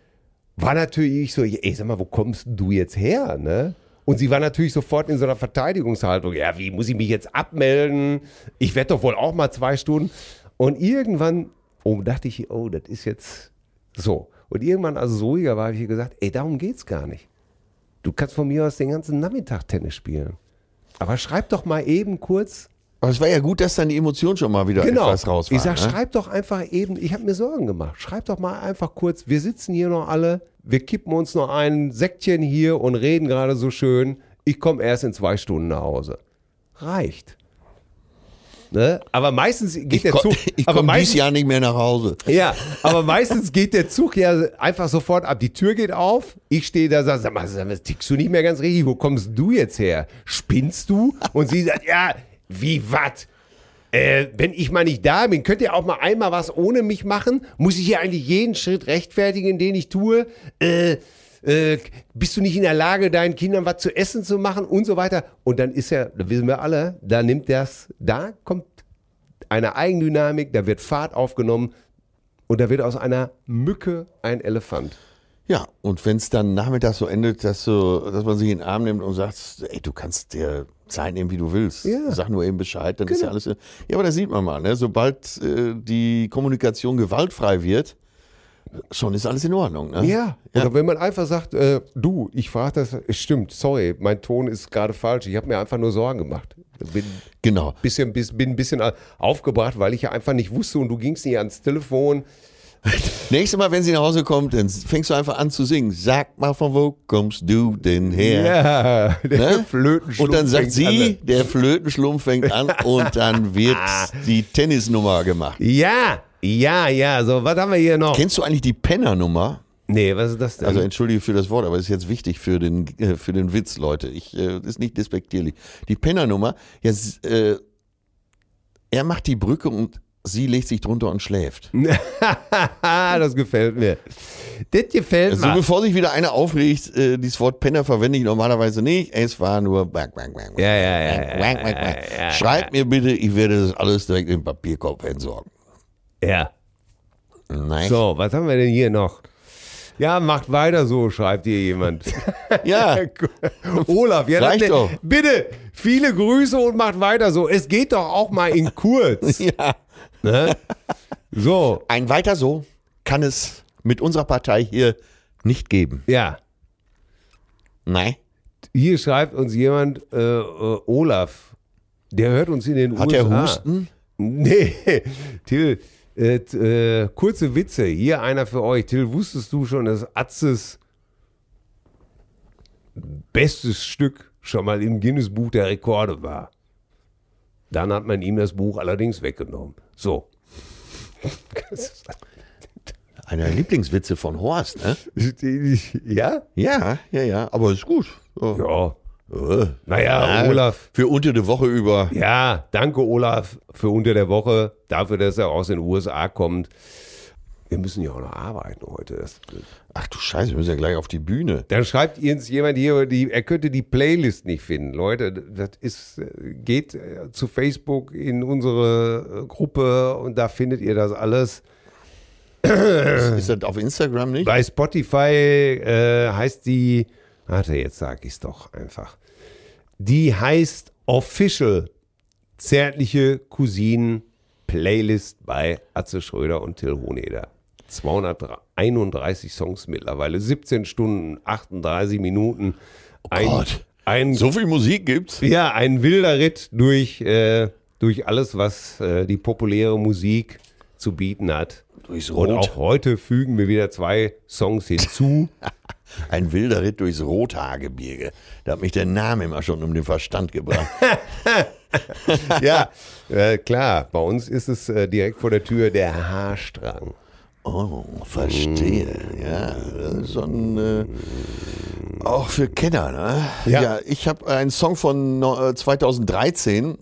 Speaker 3: war natürlich so, ey, sag mal, wo kommst du jetzt her? Ne? Und sie war natürlich sofort in so einer Verteidigungshaltung. Ja, wie muss ich mich jetzt abmelden? Ich werde doch wohl auch mal zwei Stunden. Und irgendwann oh, dachte ich, oh, das ist jetzt so. Und irgendwann, als es ruhiger war, habe ich ihr gesagt, ey, darum geht's gar nicht. Du kannst von mir aus den ganzen Nachmittag Tennis spielen. Aber schreib doch mal eben kurz.
Speaker 2: Aber es war ja gut, dass dann die Emotion schon mal wieder etwas raus war.
Speaker 3: Genau. ich sag,
Speaker 2: ne?
Speaker 3: schreib doch einfach eben. Ich habe mir Sorgen gemacht. Schreib doch mal einfach kurz. Wir sitzen hier noch alle. Wir kippen uns noch ein Säckchen hier und reden gerade so schön. Ich komme erst in zwei Stunden nach Hause. Reicht. Ne? Aber meistens geht
Speaker 2: ich
Speaker 3: der
Speaker 2: komm-
Speaker 3: Zug.
Speaker 2: [laughs] ich
Speaker 3: aber
Speaker 2: komme dieses
Speaker 3: meistens,
Speaker 2: Jahr nicht mehr nach Hause.
Speaker 3: ja, aber meistens geht der Zug ja einfach sofort ab. Die Tür geht auf, ich stehe da, sag, sag mal, sag mal, tickst du nicht mehr ganz richtig? Wo kommst du jetzt her? Spinnst du? Und sie sagt, ja, wie wat? Äh, wenn ich mal nicht da bin, könnt ihr auch mal einmal was ohne mich machen? Muss ich hier eigentlich jeden Schritt rechtfertigen, den ich tue? Äh, äh, bist du nicht in der Lage, deinen Kindern was zu essen zu machen und so weiter? Und dann ist ja, da wissen wir alle, da nimmt das, da kommt eine Eigendynamik, da wird Fahrt aufgenommen, und da wird aus einer Mücke ein Elefant.
Speaker 2: Ja, und wenn es dann nachmittags so endet, dass, du, dass man sich in den Arm nimmt und sagt, ey, du kannst dir Zeit nehmen, wie du willst.
Speaker 3: Ja. Genau.
Speaker 2: Sag nur eben Bescheid, dann ist ja alles. Ja, aber da sieht man mal, ne? sobald äh, die Kommunikation gewaltfrei wird, schon ist alles in Ordnung. Ne?
Speaker 3: Oder wenn man einfach sagt, äh, du, ich frage das, es stimmt, sorry, mein Ton ist gerade falsch, ich habe mir einfach nur Sorgen gemacht. Bin
Speaker 2: Genau.
Speaker 3: bisschen, bis, bin ein bisschen äh, aufgebracht, weil ich ja einfach nicht wusste und du gingst nicht ans Telefon.
Speaker 2: Nächstes Mal, wenn sie nach Hause kommt, dann fängst du einfach an zu singen. Sag mal, von wo kommst du denn her?
Speaker 3: Ja, [laughs] der
Speaker 2: Ne?
Speaker 3: Flötenschlumpf
Speaker 2: Und dann sagt
Speaker 3: fängt
Speaker 2: sie,
Speaker 3: an.
Speaker 2: der Flötenschlumpf fängt
Speaker 3: [laughs]
Speaker 2: an und dann wird die Tennisnummer gemacht.
Speaker 3: Ja, ja, ja, so, was haben wir hier noch?
Speaker 2: Kennst du eigentlich die Pennernummer?
Speaker 3: Nee, was ist das denn?
Speaker 2: Also
Speaker 3: [laughs]
Speaker 2: entschuldige für das Wort, aber es ist jetzt wichtig für den, äh, für den Witz, Leute. Ich äh, ist nicht despektierlich. Die Pennernummer, ja, s- äh, er macht die Brücke und sie legt sich drunter und schläft.
Speaker 3: das gefällt mir. Das gefällt
Speaker 2: Also
Speaker 3: mir.
Speaker 2: bevor sich wieder einer aufregt, äh, dieses Wort Penner verwende ich normalerweise nicht. Es war nur wank, wank, wank,
Speaker 3: Ja, ja, Äh, ja,
Speaker 2: wank, wank, wank, wank. Schreibt mir bitte, ich werde das alles direkt im Papierkorb entsorgen.
Speaker 3: ja.
Speaker 2: Nein.
Speaker 3: So, was haben wir denn hier noch? Ja, macht weiter so, schreibt hier
Speaker 2: [laughs]
Speaker 3: jemand.
Speaker 2: [laughs] Ja,
Speaker 3: [laughs] Olaf, ja,
Speaker 2: Reicht
Speaker 3: dann,
Speaker 2: doch.
Speaker 3: bitte viele Grüße und macht weiter so. Es geht doch auch mal in kurz.
Speaker 2: [laughs] ja.
Speaker 3: ne? So,
Speaker 2: Ein weiter so kann es mit unserer Partei hier nicht geben.
Speaker 3: ja.
Speaker 2: Nein.
Speaker 3: Hier schreibt uns jemand, äh, äh, Olaf, der hört uns in den
Speaker 2: Hat
Speaker 3: USA.
Speaker 2: er Husten?
Speaker 3: [laughs] Nee, Till, äh, t- äh, kurze Witze. Hier einer für euch. Till, wusstest du schon, dass Atzes bestes Stück schon mal im Guinness-Buch der Rekorde war? Dann hat man ihm das Buch allerdings weggenommen. So.
Speaker 2: Einer der Lieblingswitze von Horst, ne?
Speaker 3: Ja?
Speaker 2: Ja, ja, ja. Aber ist gut. So.
Speaker 3: Ja.
Speaker 2: Äh,
Speaker 3: Naja,
Speaker 2: äh,
Speaker 3: Olaf.
Speaker 2: Für unter der Woche über.
Speaker 3: Ja, danke Olaf für unter der Woche, dafür, dass er aus den USA kommt. Wir müssen ja auch noch arbeiten heute. Das,
Speaker 2: Ach du Scheiße, wir müssen ja gleich auf die Bühne.
Speaker 3: Dann schreibt uns jemand hier, die, er könnte die Playlist nicht finden. Leute, das ist, geht äh, zu Facebook in unsere äh, Gruppe und da findet ihr das alles. Äh.
Speaker 2: Ist das auf Instagram nicht?
Speaker 3: Bei Spotify äh, heißt die, warte, jetzt sag ich's doch einfach. Die heißt Official Zärtliche Cousinen Playlist bei Atze Schröder und Till Honeder. 231 Songs mittlerweile, 17 Stunden, 38 Minuten. Ein,
Speaker 2: Oh Gott.
Speaker 3: ein
Speaker 2: So viel Musik gibt's.
Speaker 3: ja, ein wilder Ritt durch, äh, durch alles, was äh, die populäre Musik zu bieten hat.
Speaker 2: Durchs
Speaker 3: Und
Speaker 2: Rot.
Speaker 3: auch heute fügen wir wieder zwei
Speaker 2: [laughs]
Speaker 3: Songs hinzu.
Speaker 2: Ein wilder Ritt durchs Rothaargebirge. Da hat mich der Name immer schon um den Verstand gebracht.
Speaker 3: ja, äh, klar. Bei uns ist es äh, direkt vor der Tür der Haarstrang.
Speaker 2: Oh, verstehe. Ja, das ist schon äh, auch für Kenner, ne?
Speaker 3: Ja.
Speaker 2: ich habe einen Song von no- äh, 2013, äh,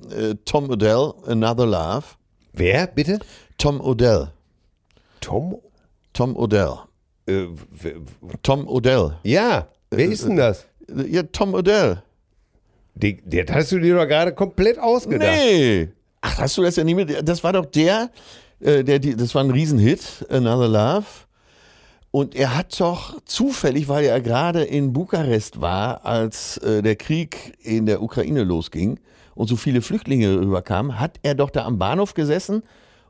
Speaker 2: Tom Odell, Another Love.
Speaker 3: Wer bitte?
Speaker 2: Tom Odell.
Speaker 3: Tom?
Speaker 2: Tom Odell.
Speaker 3: Äh, w- w-
Speaker 2: Tom Odell.
Speaker 3: ja, wer ist denn das?
Speaker 2: Ja, Tom Odell.
Speaker 3: Die, das hast du dir doch gerade komplett ausgedacht.
Speaker 2: Nee. Ach, hast du das ja nicht mit? Das war doch der, äh, der, die, das war ein Riesenhit, Another Love. Und er hat doch zufällig, weil er gerade in Bukarest war, als äh, der Krieg in der Ukraine losging und so viele Flüchtlinge rüberkamen, hat er doch da am Bahnhof gesessen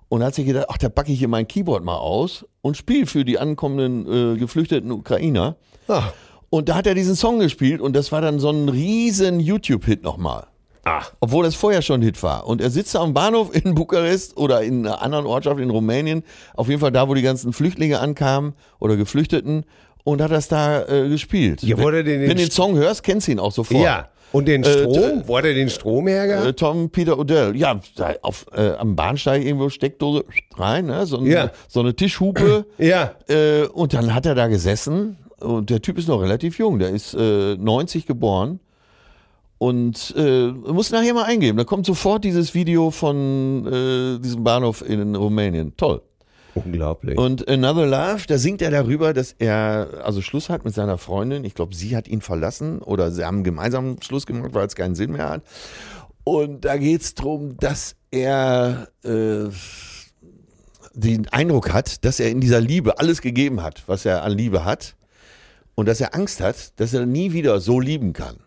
Speaker 2: und hat sich gedacht, ach, da packe ich hier mein Keyboard mal aus und spiele für die ankommenden äh, geflüchteten Ukrainer.
Speaker 3: Ah,
Speaker 2: Und da hat er diesen Song gespielt und das war dann so ein riesen YouTube-Hit nochmal.
Speaker 3: ah,
Speaker 2: Obwohl das vorher schon ein Hit war. Und er sitzt da am Bahnhof in Bukarest oder in einer anderen Ortschaft in Rumänien, auf jeden Fall da, wo die ganzen Flüchtlinge ankamen oder Geflüchteten und hat das da äh, gespielt.
Speaker 3: Ja,
Speaker 2: wenn,
Speaker 3: wurde den-
Speaker 2: wenn du den Äh, Song hörst, kennst du ihn auch sofort.
Speaker 3: ja. Und den Strom? Wo hat er den Strom hergehabt?
Speaker 2: Äh, Tom Peter Odell, ja, da auf, äh, am Bahnsteig irgendwo Steckdose rein, ne? so, ein,
Speaker 3: Ja.
Speaker 2: so eine Tischhupe.
Speaker 3: Ja.
Speaker 2: Äh, und dann hat er da gesessen und der Typ ist noch relativ jung, der ist äh, 90 geboren und äh, muss nachher mal eingeben. Da kommt sofort dieses Video von äh, diesem Bahnhof in Rumänien. Toll.
Speaker 3: Unglaublich.
Speaker 2: Und Another Love, da singt er darüber, dass er also Schluss hat mit seiner Freundin. Ich glaube, sie hat ihn verlassen oder sie haben gemeinsam Schluss gemacht, weil es keinen Sinn mehr hat. Und da geht es darum, dass er äh, den Eindruck hat, dass er in dieser Liebe alles gegeben hat, was er an Liebe hat. Und dass er Angst hat, dass er nie wieder so lieben kann.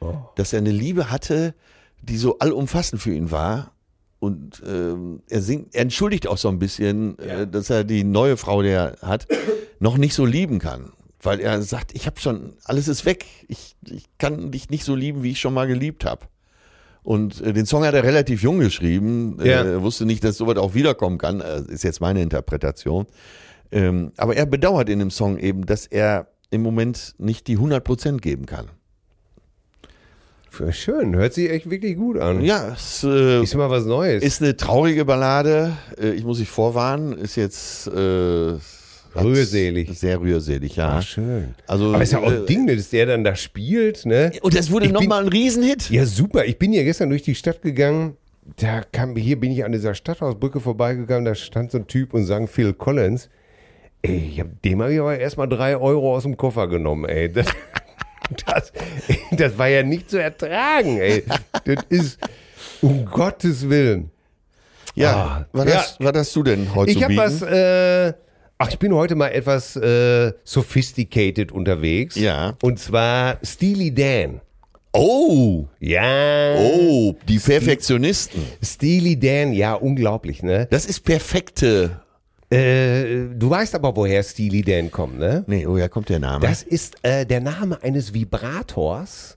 Speaker 3: Oh.
Speaker 2: Dass er eine Liebe hatte, die so allumfassend für ihn war. Und ähm, er, singt, er entschuldigt auch so ein bisschen, äh, dass er die neue Frau, die er hat, noch nicht so lieben kann. Weil er sagt, ich habe schon, alles ist weg. Ich, ich kann dich nicht so lieben, wie ich schon mal geliebt habe. Und äh, den Song hat er relativ jung geschrieben.
Speaker 3: Ja.
Speaker 2: Äh, wusste nicht, dass sowas auch wiederkommen kann. Äh, ist jetzt meine Interpretation. Ähm, aber er bedauert in dem Song eben, dass er im Moment nicht die 100% geben kann.
Speaker 3: Schön, hört sich echt wirklich gut an.
Speaker 2: Ja, es äh,
Speaker 3: Ist mal was Neues.
Speaker 2: ist eine traurige Ballade. Äh, ich muss dich vorwarnen. Ist jetzt äh, hat's-
Speaker 3: Rührselig.
Speaker 2: Sehr rührselig, ja.
Speaker 3: Ach, Ah, schön.
Speaker 2: Also,
Speaker 3: Aber ist ja auch
Speaker 2: äh,
Speaker 3: ein Ding, dass der dann da spielt, ne?
Speaker 2: Und das wurde
Speaker 3: Ich bin-
Speaker 2: nochmal ein Riesenhit.
Speaker 3: Ja, super. Ich bin ja gestern durch die Stadt gegangen. Da kam, hier bin ich an dieser Stadthausbrücke vorbeigegangen. Da stand so ein Typ und sang Phil Collins. Ey, ich hab, dem habe ich aber erstmal drei Euro aus dem Koffer genommen, ey. [laughs] Das, das, das war ja nicht zu ertragen, ey. Das ist, um Gottes Willen.
Speaker 2: Ja,
Speaker 3: Ah,
Speaker 2: war, das, war das du denn heute
Speaker 3: Ich
Speaker 2: zu
Speaker 3: habe
Speaker 2: bieten?
Speaker 3: was, äh, ach, ich bin heute mal etwas äh, sophisticated unterwegs.
Speaker 2: Ja.
Speaker 3: Und zwar Steely Dan.
Speaker 2: Oh,
Speaker 3: Ja.
Speaker 2: oh, die Perfektionisten.
Speaker 3: Steely Dan, ja, unglaublich, ne?
Speaker 2: Das ist perfekte.
Speaker 3: Äh, du weißt aber, woher Steely Dan kommt, ne?
Speaker 2: Nee, woher kommt der Name?
Speaker 3: Das ist äh, der Name eines Vibrators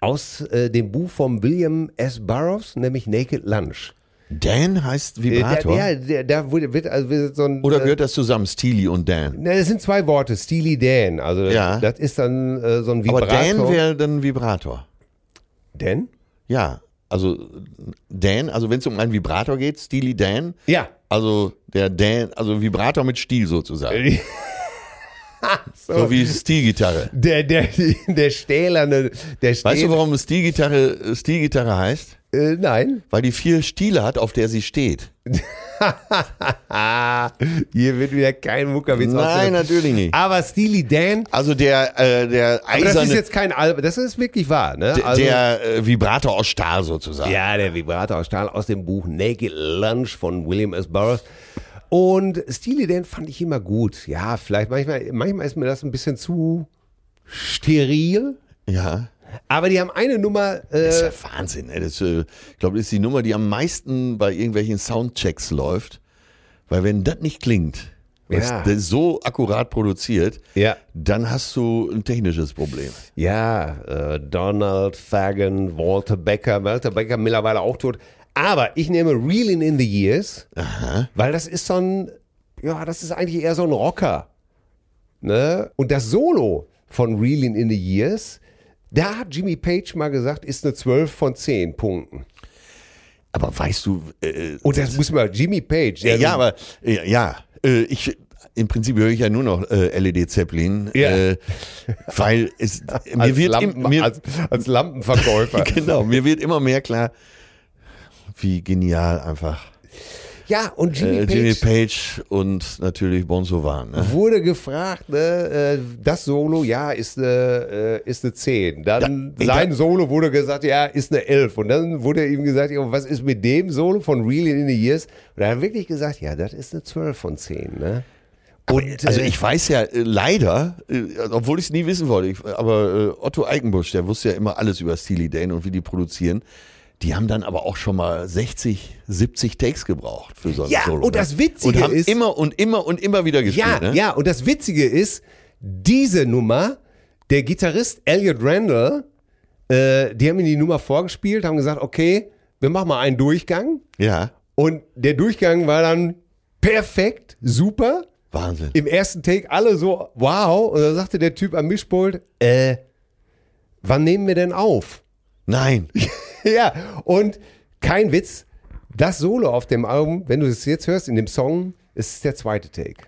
Speaker 3: aus äh, dem Buch von William S. Burroughs, nämlich Naked Lunch.
Speaker 2: Dan heißt
Speaker 3: Äh, da,
Speaker 2: Vibrator.
Speaker 3: ja, der- da wurde- wird also wird so ein.
Speaker 2: Oder
Speaker 3: äh,
Speaker 2: gehört das zusammen, Steely und Dan?
Speaker 3: na, das sind zwei Worte, Steely Dan. Also
Speaker 2: Ja.
Speaker 3: das ist dann äh, so ein
Speaker 2: Aber
Speaker 3: Vibrator.
Speaker 2: Dan wäre dann Vibrator.
Speaker 3: Dan?
Speaker 2: Ja, also Dan, also wenn es um einen Vibrator geht, Steely Dan,
Speaker 3: Ja. [laughs]
Speaker 2: also der Dan, also Vibrator mit Stiel sozusagen. So wie Stilgitarre.
Speaker 3: Der, der, [laughs] der Stählerne, der Stähl,
Speaker 2: Weißt du, warum Stilgitarre Stilgitarre heißt?
Speaker 3: äh, nein. [laughs]
Speaker 2: Weil die vier Stiele hat, auf der sie steht.
Speaker 3: Ah, hier wird wieder kein Muckerwitz
Speaker 2: Nein,
Speaker 3: ausgedacht.
Speaker 2: natürlich nicht.
Speaker 3: Aber Steely Dan,
Speaker 2: Also der äh, der
Speaker 3: aber das ist
Speaker 2: eiserne
Speaker 3: jetzt kein Album, das ist wirklich wahr, ne?
Speaker 2: d-
Speaker 3: Also-
Speaker 2: der äh, Vibrator aus Stahl sozusagen.
Speaker 3: ja, der Vibrator aus Stahl aus dem Buch Naked Lunch von William S. Burroughs. Und Steely Dan fand ich immer gut. Ja, vielleicht manchmal, manchmal ist mir das ein bisschen zu steril.
Speaker 2: ja.
Speaker 3: Aber die haben eine Nummer.
Speaker 2: Das ist
Speaker 3: Äh,
Speaker 2: ja Wahnsinn, ey. Das, äh, ich glaube, das ist die Nummer, die am meisten bei irgendwelchen Soundchecks läuft. Weil wenn das nicht klingt, was-
Speaker 3: Ja.
Speaker 2: das ist so akkurat produziert,
Speaker 3: ja,
Speaker 2: dann hast du ein technisches Problem.
Speaker 3: ja äh, Donald Fagan, Walter Becker, Walter Becker mittlerweile auch tot. Aber ich nehme Reeling in the Years, weil das ist so ein, ja, das ist eigentlich eher so ein Rocker. Ne? Und das Solo von Reeling in the Years, da hat Jimmy Page mal gesagt, ist eine 12 von 10 Punkten.
Speaker 2: Aber weißt du, äh,
Speaker 3: Und das muss mal Jimmy Page.
Speaker 2: ja,
Speaker 3: der-
Speaker 2: aber ja, ja äh, ich im Prinzip höre ich ja nur noch äh, LED Zeppelin,
Speaker 3: Ja.
Speaker 2: äh, weil
Speaker 3: [laughs]
Speaker 2: es
Speaker 3: als,
Speaker 2: mir wird im,
Speaker 3: Lampen,
Speaker 2: mir,
Speaker 3: als, als Lampenverkäufer.
Speaker 2: [laughs] genau mir wird immer mehr klar, wie genial einfach
Speaker 3: ja, und Jimmy
Speaker 2: äh,
Speaker 3: Page.
Speaker 2: Jimmy Page und natürlich Bon Sauvin. Ne?
Speaker 3: Wurde gefragt, ne, äh, das Solo, ja, ist eine, äh, ist eine 10. Dann
Speaker 2: Ja, ich
Speaker 3: sein
Speaker 2: glaub-
Speaker 3: Solo wurde gesagt, ja, ist eine 11. Und dann wurde ihm gesagt, ja, was ist mit dem Solo von Real in the Years? Und er hat wirklich gesagt, ja, das ist eine 12 von 10. Ne? Und,
Speaker 2: Also
Speaker 3: äh,
Speaker 2: ich weiß ja äh, leider, äh, obwohl ich es nie wissen wollte, ich, aber äh, Otto Eigenbusch, der wusste ja immer alles über Steely Dane und wie die produzieren. Die haben dann aber auch schon mal 60, 70 Takes gebraucht für so ein
Speaker 3: Ja,
Speaker 2: Solo.
Speaker 3: und
Speaker 2: ne?
Speaker 3: das Witzige
Speaker 2: und haben
Speaker 3: ist-
Speaker 2: immer und immer und immer wieder gespielt.
Speaker 3: ja,
Speaker 2: ne?
Speaker 3: ja, und das Witzige ist, diese Nummer, der Gitarrist Elliot Randall, äh, die haben ihm die Nummer vorgespielt, haben gesagt, okay, wir machen mal einen Durchgang.
Speaker 2: ja,
Speaker 3: Und der Durchgang war dann perfekt, super.
Speaker 2: Wahnsinn.
Speaker 3: Im ersten Take alle so, wow. Und dann sagte der Typ am Mischpult, äh, wann nehmen wir denn auf? [laughs]
Speaker 2: Nein,
Speaker 3: ja, und kein Witz, das Solo auf dem Album, wenn du es jetzt hörst in dem Song, ist es der zweite Take.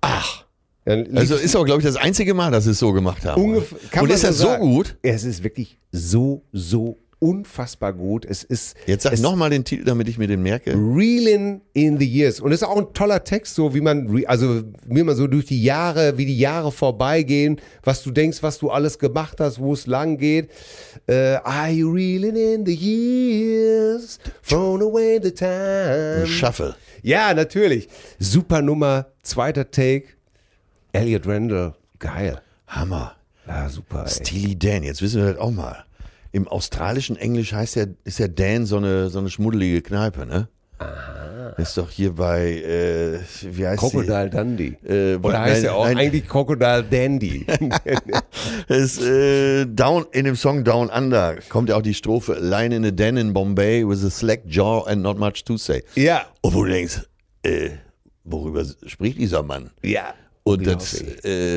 Speaker 3: Ach. Dann liegt
Speaker 2: also ist auch glaube ich das einzige Mal, dass sie es so gemacht haben.
Speaker 3: Ungef kann
Speaker 2: und
Speaker 3: man
Speaker 2: ist das so
Speaker 3: sagen.
Speaker 2: gut?
Speaker 3: Es ist wirklich so, so unfassbar gut. Es ist.
Speaker 2: Jetzt sag
Speaker 3: es Ähm,
Speaker 2: nochmal den Titel, damit ich mir den merke.
Speaker 3: Reelin in the Years. Und es ist auch ein toller Text, so wie man, re- also wie man so durch die Jahre, wie die Jahre vorbeigehen, was du denkst, was du alles gemacht hast, wo es lang geht. Äh, are you reeling in the years? Thrown away the time.
Speaker 2: Shuffle.
Speaker 3: Ja, natürlich. Super Nummer, zweiter Take. Elliot Randall, geil.
Speaker 2: Hammer.
Speaker 3: Ja, super. Ey.
Speaker 2: Steely Dan, jetzt wissen wir das auch mal. Im australischen Englisch heißt ja, ist ja Dan so eine, so eine schmuddelige Kneipe, ne? Ist doch hier bei, äh, wie heißt
Speaker 3: Crocodile Dundee.
Speaker 2: Äh,
Speaker 3: Oder heißt
Speaker 2: nein,
Speaker 3: er auch
Speaker 2: nein.
Speaker 3: eigentlich Crocodile
Speaker 2: [laughs]
Speaker 3: Dandy?
Speaker 2: die? [laughs] Ist, äh, down, in dem Song Down Under kommt ja auch die Strophe Line in a den in Bombay with a slack jaw and not much to say.
Speaker 3: ja.
Speaker 2: Obwohl du denkst, äh, worüber spricht dieser Mann?
Speaker 3: Ja.
Speaker 2: Und das,
Speaker 3: Unglaublich.
Speaker 2: äh,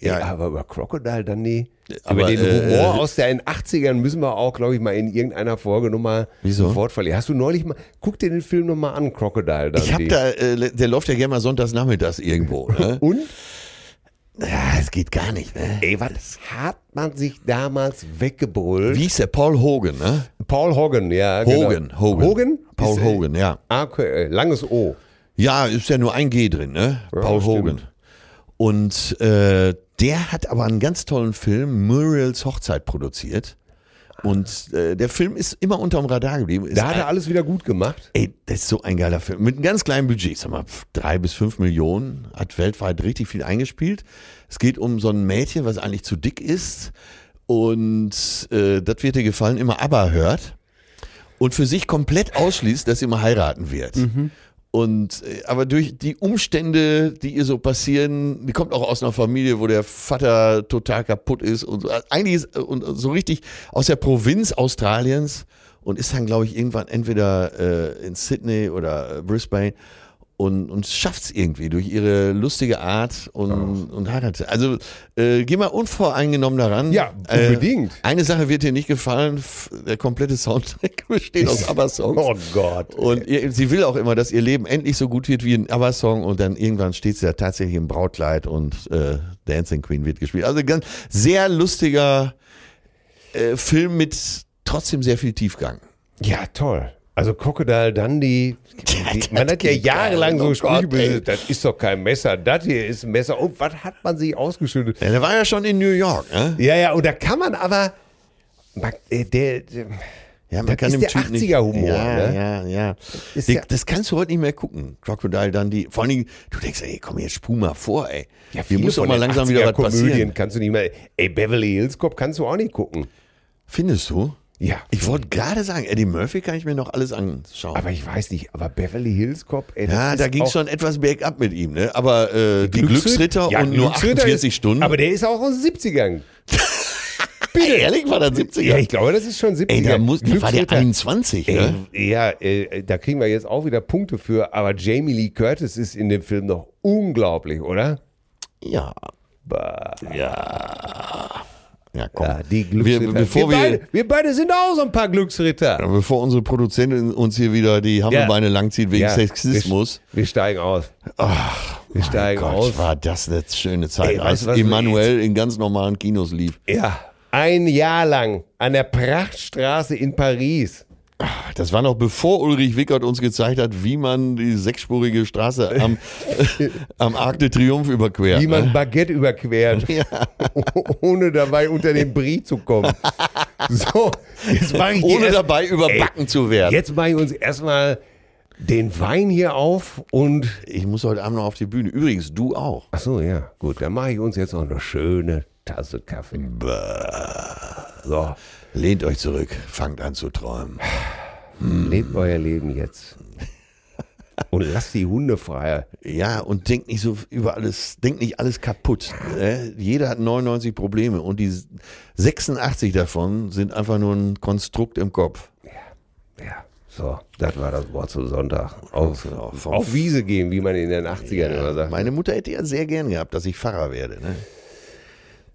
Speaker 3: Ja,
Speaker 2: ja,
Speaker 3: aber über Crocodile Dundee,
Speaker 2: Aber,
Speaker 3: über den
Speaker 2: äh,
Speaker 3: Humor
Speaker 2: äh,
Speaker 3: aus den 80ern müssen wir auch, glaube ich, mal in irgendeiner Folge nochmal
Speaker 2: Wieso?
Speaker 3: Wort verlieren. Hast du neulich mal, guck dir den Film nochmal an, Crocodile Dundee.
Speaker 2: ich hab da, äh, der läuft ja gerne mal sonntags nachmittags irgendwo,
Speaker 3: [laughs]
Speaker 2: ne?
Speaker 3: Und?
Speaker 2: ja, es geht gar nicht, ne?
Speaker 3: Ey, was hat man sich damals weggebrüllt?
Speaker 2: Wie ist der? Paul Hogan, ne?
Speaker 3: Paul Hogan, ja.
Speaker 2: Hogan,
Speaker 3: genau.
Speaker 2: Hogan.
Speaker 3: Hogan?
Speaker 2: Paul
Speaker 3: Ist, äh,
Speaker 2: Hogan, ja.
Speaker 3: Ah, okay, äh, langes O.
Speaker 2: Ja, ist ja nur ein G drin, ne? Paul
Speaker 3: stimmt.
Speaker 2: Hogan. Und äh, der hat aber einen ganz tollen Film, Muriels Hochzeit, produziert. Und äh, der Film ist immer unterm Radar geblieben. Ist
Speaker 3: Da hat
Speaker 2: ein,
Speaker 3: er alles wieder gut gemacht.
Speaker 2: ey, das ist so ein geiler Film. Mit einem ganz kleinen Budget, ich sag mal, pf, drei bis fünf Millionen, hat weltweit richtig viel eingespielt. Es geht um so ein Mädchen, was eigentlich zu dick ist. Und äh, das wird ihr gefallen, immer aber hört. Und für sich komplett ausschließt, dass sie mal heiraten wird. Und äh, aber durch die Umstände, die ihr so passieren, die kommt auch aus einer Familie, wo der Vater total kaputt ist und so. Also eigentlich ist, und so richtig aus der Provinz Australiens und ist dann glaube ich irgendwann entweder äh, in Sydney oder äh, Brisbane und und schafft's irgendwie durch ihre lustige Art und und heiratet. Also äh, geh mal unvoreingenommen daran.
Speaker 3: Ja, unbedingt.
Speaker 2: Äh, eine Sache wird dir nicht gefallen: f- der komplette Soundtrack [laughs] besteht aus ABBA-Songs.
Speaker 3: Oh Gott.
Speaker 2: Und ihr, sie will auch immer, dass ihr Leben endlich so gut wird wie ein ABBA-Song und dann irgendwann steht sie da tatsächlich im Brautkleid und äh, Dancing Queen wird gespielt. Also ganz sehr lustiger äh, Film mit trotzdem sehr viel Tiefgang.
Speaker 3: Ja, toll. Also Crocodile
Speaker 2: [laughs]
Speaker 3: Dundee,
Speaker 2: das
Speaker 3: man hat ja
Speaker 2: geht
Speaker 3: jahrelang
Speaker 2: geil.
Speaker 3: so
Speaker 2: Oh Gott,
Speaker 3: Sprüche
Speaker 2: ey.
Speaker 3: besitzt, das ist doch kein Messer, das hier ist ein Messer. Und was hat man sich ausgeschüttet?
Speaker 2: Ja, der war ja schon in New York, ne?
Speaker 3: Ja, ja, und da kann man aber, man, äh, der, der
Speaker 2: Ja, man
Speaker 3: Das ist der 80er-Humor,
Speaker 2: Ja,
Speaker 3: ne?
Speaker 2: ja, ja.
Speaker 3: Ist
Speaker 2: Die,
Speaker 3: ja-
Speaker 2: das kannst du heute nicht mehr gucken. Crocodile Dundee. Vor allen Dingen, du denkst, ey, komm, jetzt spul mal vor, ey. Hier muss doch mal langsam wieder was
Speaker 3: Komödien
Speaker 2: passieren.
Speaker 3: kannst du nicht mehr, ey, Beverly Hills Cop kannst du auch nicht gucken.
Speaker 2: Findest du?
Speaker 3: Ja,
Speaker 2: Ich wollte gerade sagen, Eddie Murphy kann ich mir noch alles anschauen.
Speaker 3: aber ich weiß nicht, aber Beverly Hills Cop, ey, das
Speaker 2: Ja, da
Speaker 3: ist
Speaker 2: ging
Speaker 3: auch-
Speaker 2: schon etwas bergab mit ihm, ne? Aber äh, die Glücksritter
Speaker 3: Ja,
Speaker 2: und nur
Speaker 3: Glücksritter
Speaker 2: 48
Speaker 3: ist,
Speaker 2: Stunden.
Speaker 3: Aber der ist auch aus den 70ern.
Speaker 2: Ey, ehrlich war das 70er.
Speaker 3: Ja, ich glaube, das ist schon 70er.
Speaker 2: Ey, da muss, da war der
Speaker 3: Glücksritter.
Speaker 2: 21,
Speaker 3: Ey,
Speaker 2: ne?
Speaker 3: Ja, äh, da kriegen wir jetzt auch wieder Punkte für, aber Jamie Lee Curtis ist in dem Film noch unglaublich, oder?
Speaker 2: Ja.
Speaker 3: Bah.
Speaker 2: Ja. Ja, komm.
Speaker 3: Ja, die
Speaker 2: wir,
Speaker 3: Glücksritter.
Speaker 2: bevor wir,
Speaker 3: beide, wir beide sind auch so ein paar Glücksritter.
Speaker 2: bevor unsere Produzentin uns hier wieder die Hammelbeine langzieht wegen
Speaker 3: Ja,
Speaker 2: Sexismus. Ah, Oh
Speaker 3: Wir, wir steigen aus. wir steigen
Speaker 2: Gott,
Speaker 3: aus.
Speaker 2: war das eine schöne Zeit,
Speaker 3: Ey, weißt
Speaker 2: als
Speaker 3: du, was wir
Speaker 2: Emanuel in ganz normalen Kinos lief.
Speaker 3: Ja, ein Jahr lang an der Prachtstraße in Paris.
Speaker 2: Das war noch bevor Ulrich Wickert uns gezeigt hat, wie man die sechsspurige Straße
Speaker 3: [laughs]
Speaker 2: am, am Arc de Triomphe überquert.
Speaker 3: wie [laughs] man
Speaker 2: ne? [laughs]
Speaker 3: Baguette überquert, ohne dabei unter den Brie zu kommen. So, jetzt mache ich die
Speaker 2: Ohne
Speaker 3: erst-
Speaker 2: dabei überbacken zu werden.
Speaker 3: Jetzt mache ich uns erstmal den Wein hier auf und
Speaker 2: Ich muss heute Abend noch auf die Bühne. Übrigens, du auch.
Speaker 3: ach so ja, gut, dann mache ich uns jetzt noch eine schöne Tasse Kaffee. So,
Speaker 2: Lehnt euch zurück, fangt an zu träumen.
Speaker 3: lebt euer Leben jetzt. Und lasst die Hunde frei.
Speaker 2: Ja, und denkt nicht so über alles, denkt nicht alles kaputt. Ne? Jeder hat 99 Probleme und die 86 davon sind einfach nur ein Konstrukt im Kopf.
Speaker 3: Ja, so, das war das Wort zum Sonntag. Auf,
Speaker 2: Genau, vom-
Speaker 3: auf Wiese gehen, wie man in den 80ern immer sagt.
Speaker 2: Meine Mutter hätte ja sehr gern gehabt, dass ich Pfarrer werde. Ne?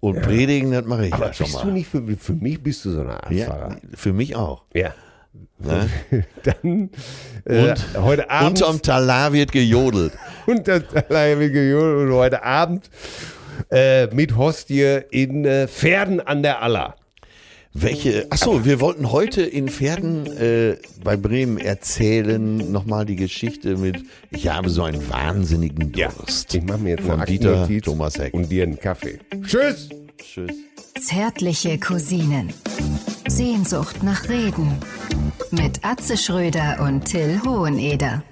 Speaker 2: Und predigen, das mache ich
Speaker 3: Aber
Speaker 2: ja schon
Speaker 3: bist
Speaker 2: mal.
Speaker 3: du nicht für, für mich bist du so eine Art
Speaker 2: ja,
Speaker 3: Pfarrer.
Speaker 2: für mich auch.
Speaker 3: Ja. [laughs]
Speaker 2: Ne?
Speaker 3: Dann äh, heute Abend [laughs]
Speaker 2: Unterm Talar wird gejodelt.
Speaker 3: unter und heute Abend äh, mit Hostie in äh, Pferden an der Aller.
Speaker 2: Welche? Achso, wir wollten heute in Pferden äh, bei Bremen erzählen nochmal die Geschichte mit Ich habe so einen wahnsinnigen Durst.
Speaker 3: Ich mache mir jetzt
Speaker 2: Von
Speaker 3: eine
Speaker 2: Dieter
Speaker 3: Aktennotiz
Speaker 2: Thomas Heck.
Speaker 3: und dir einen Kaffee. Tschüss.
Speaker 2: Tschüss.
Speaker 1: Zärtliche Cousinen. Sehnsucht nach Reden. Mit Atze Schröder und Till Hoheneder.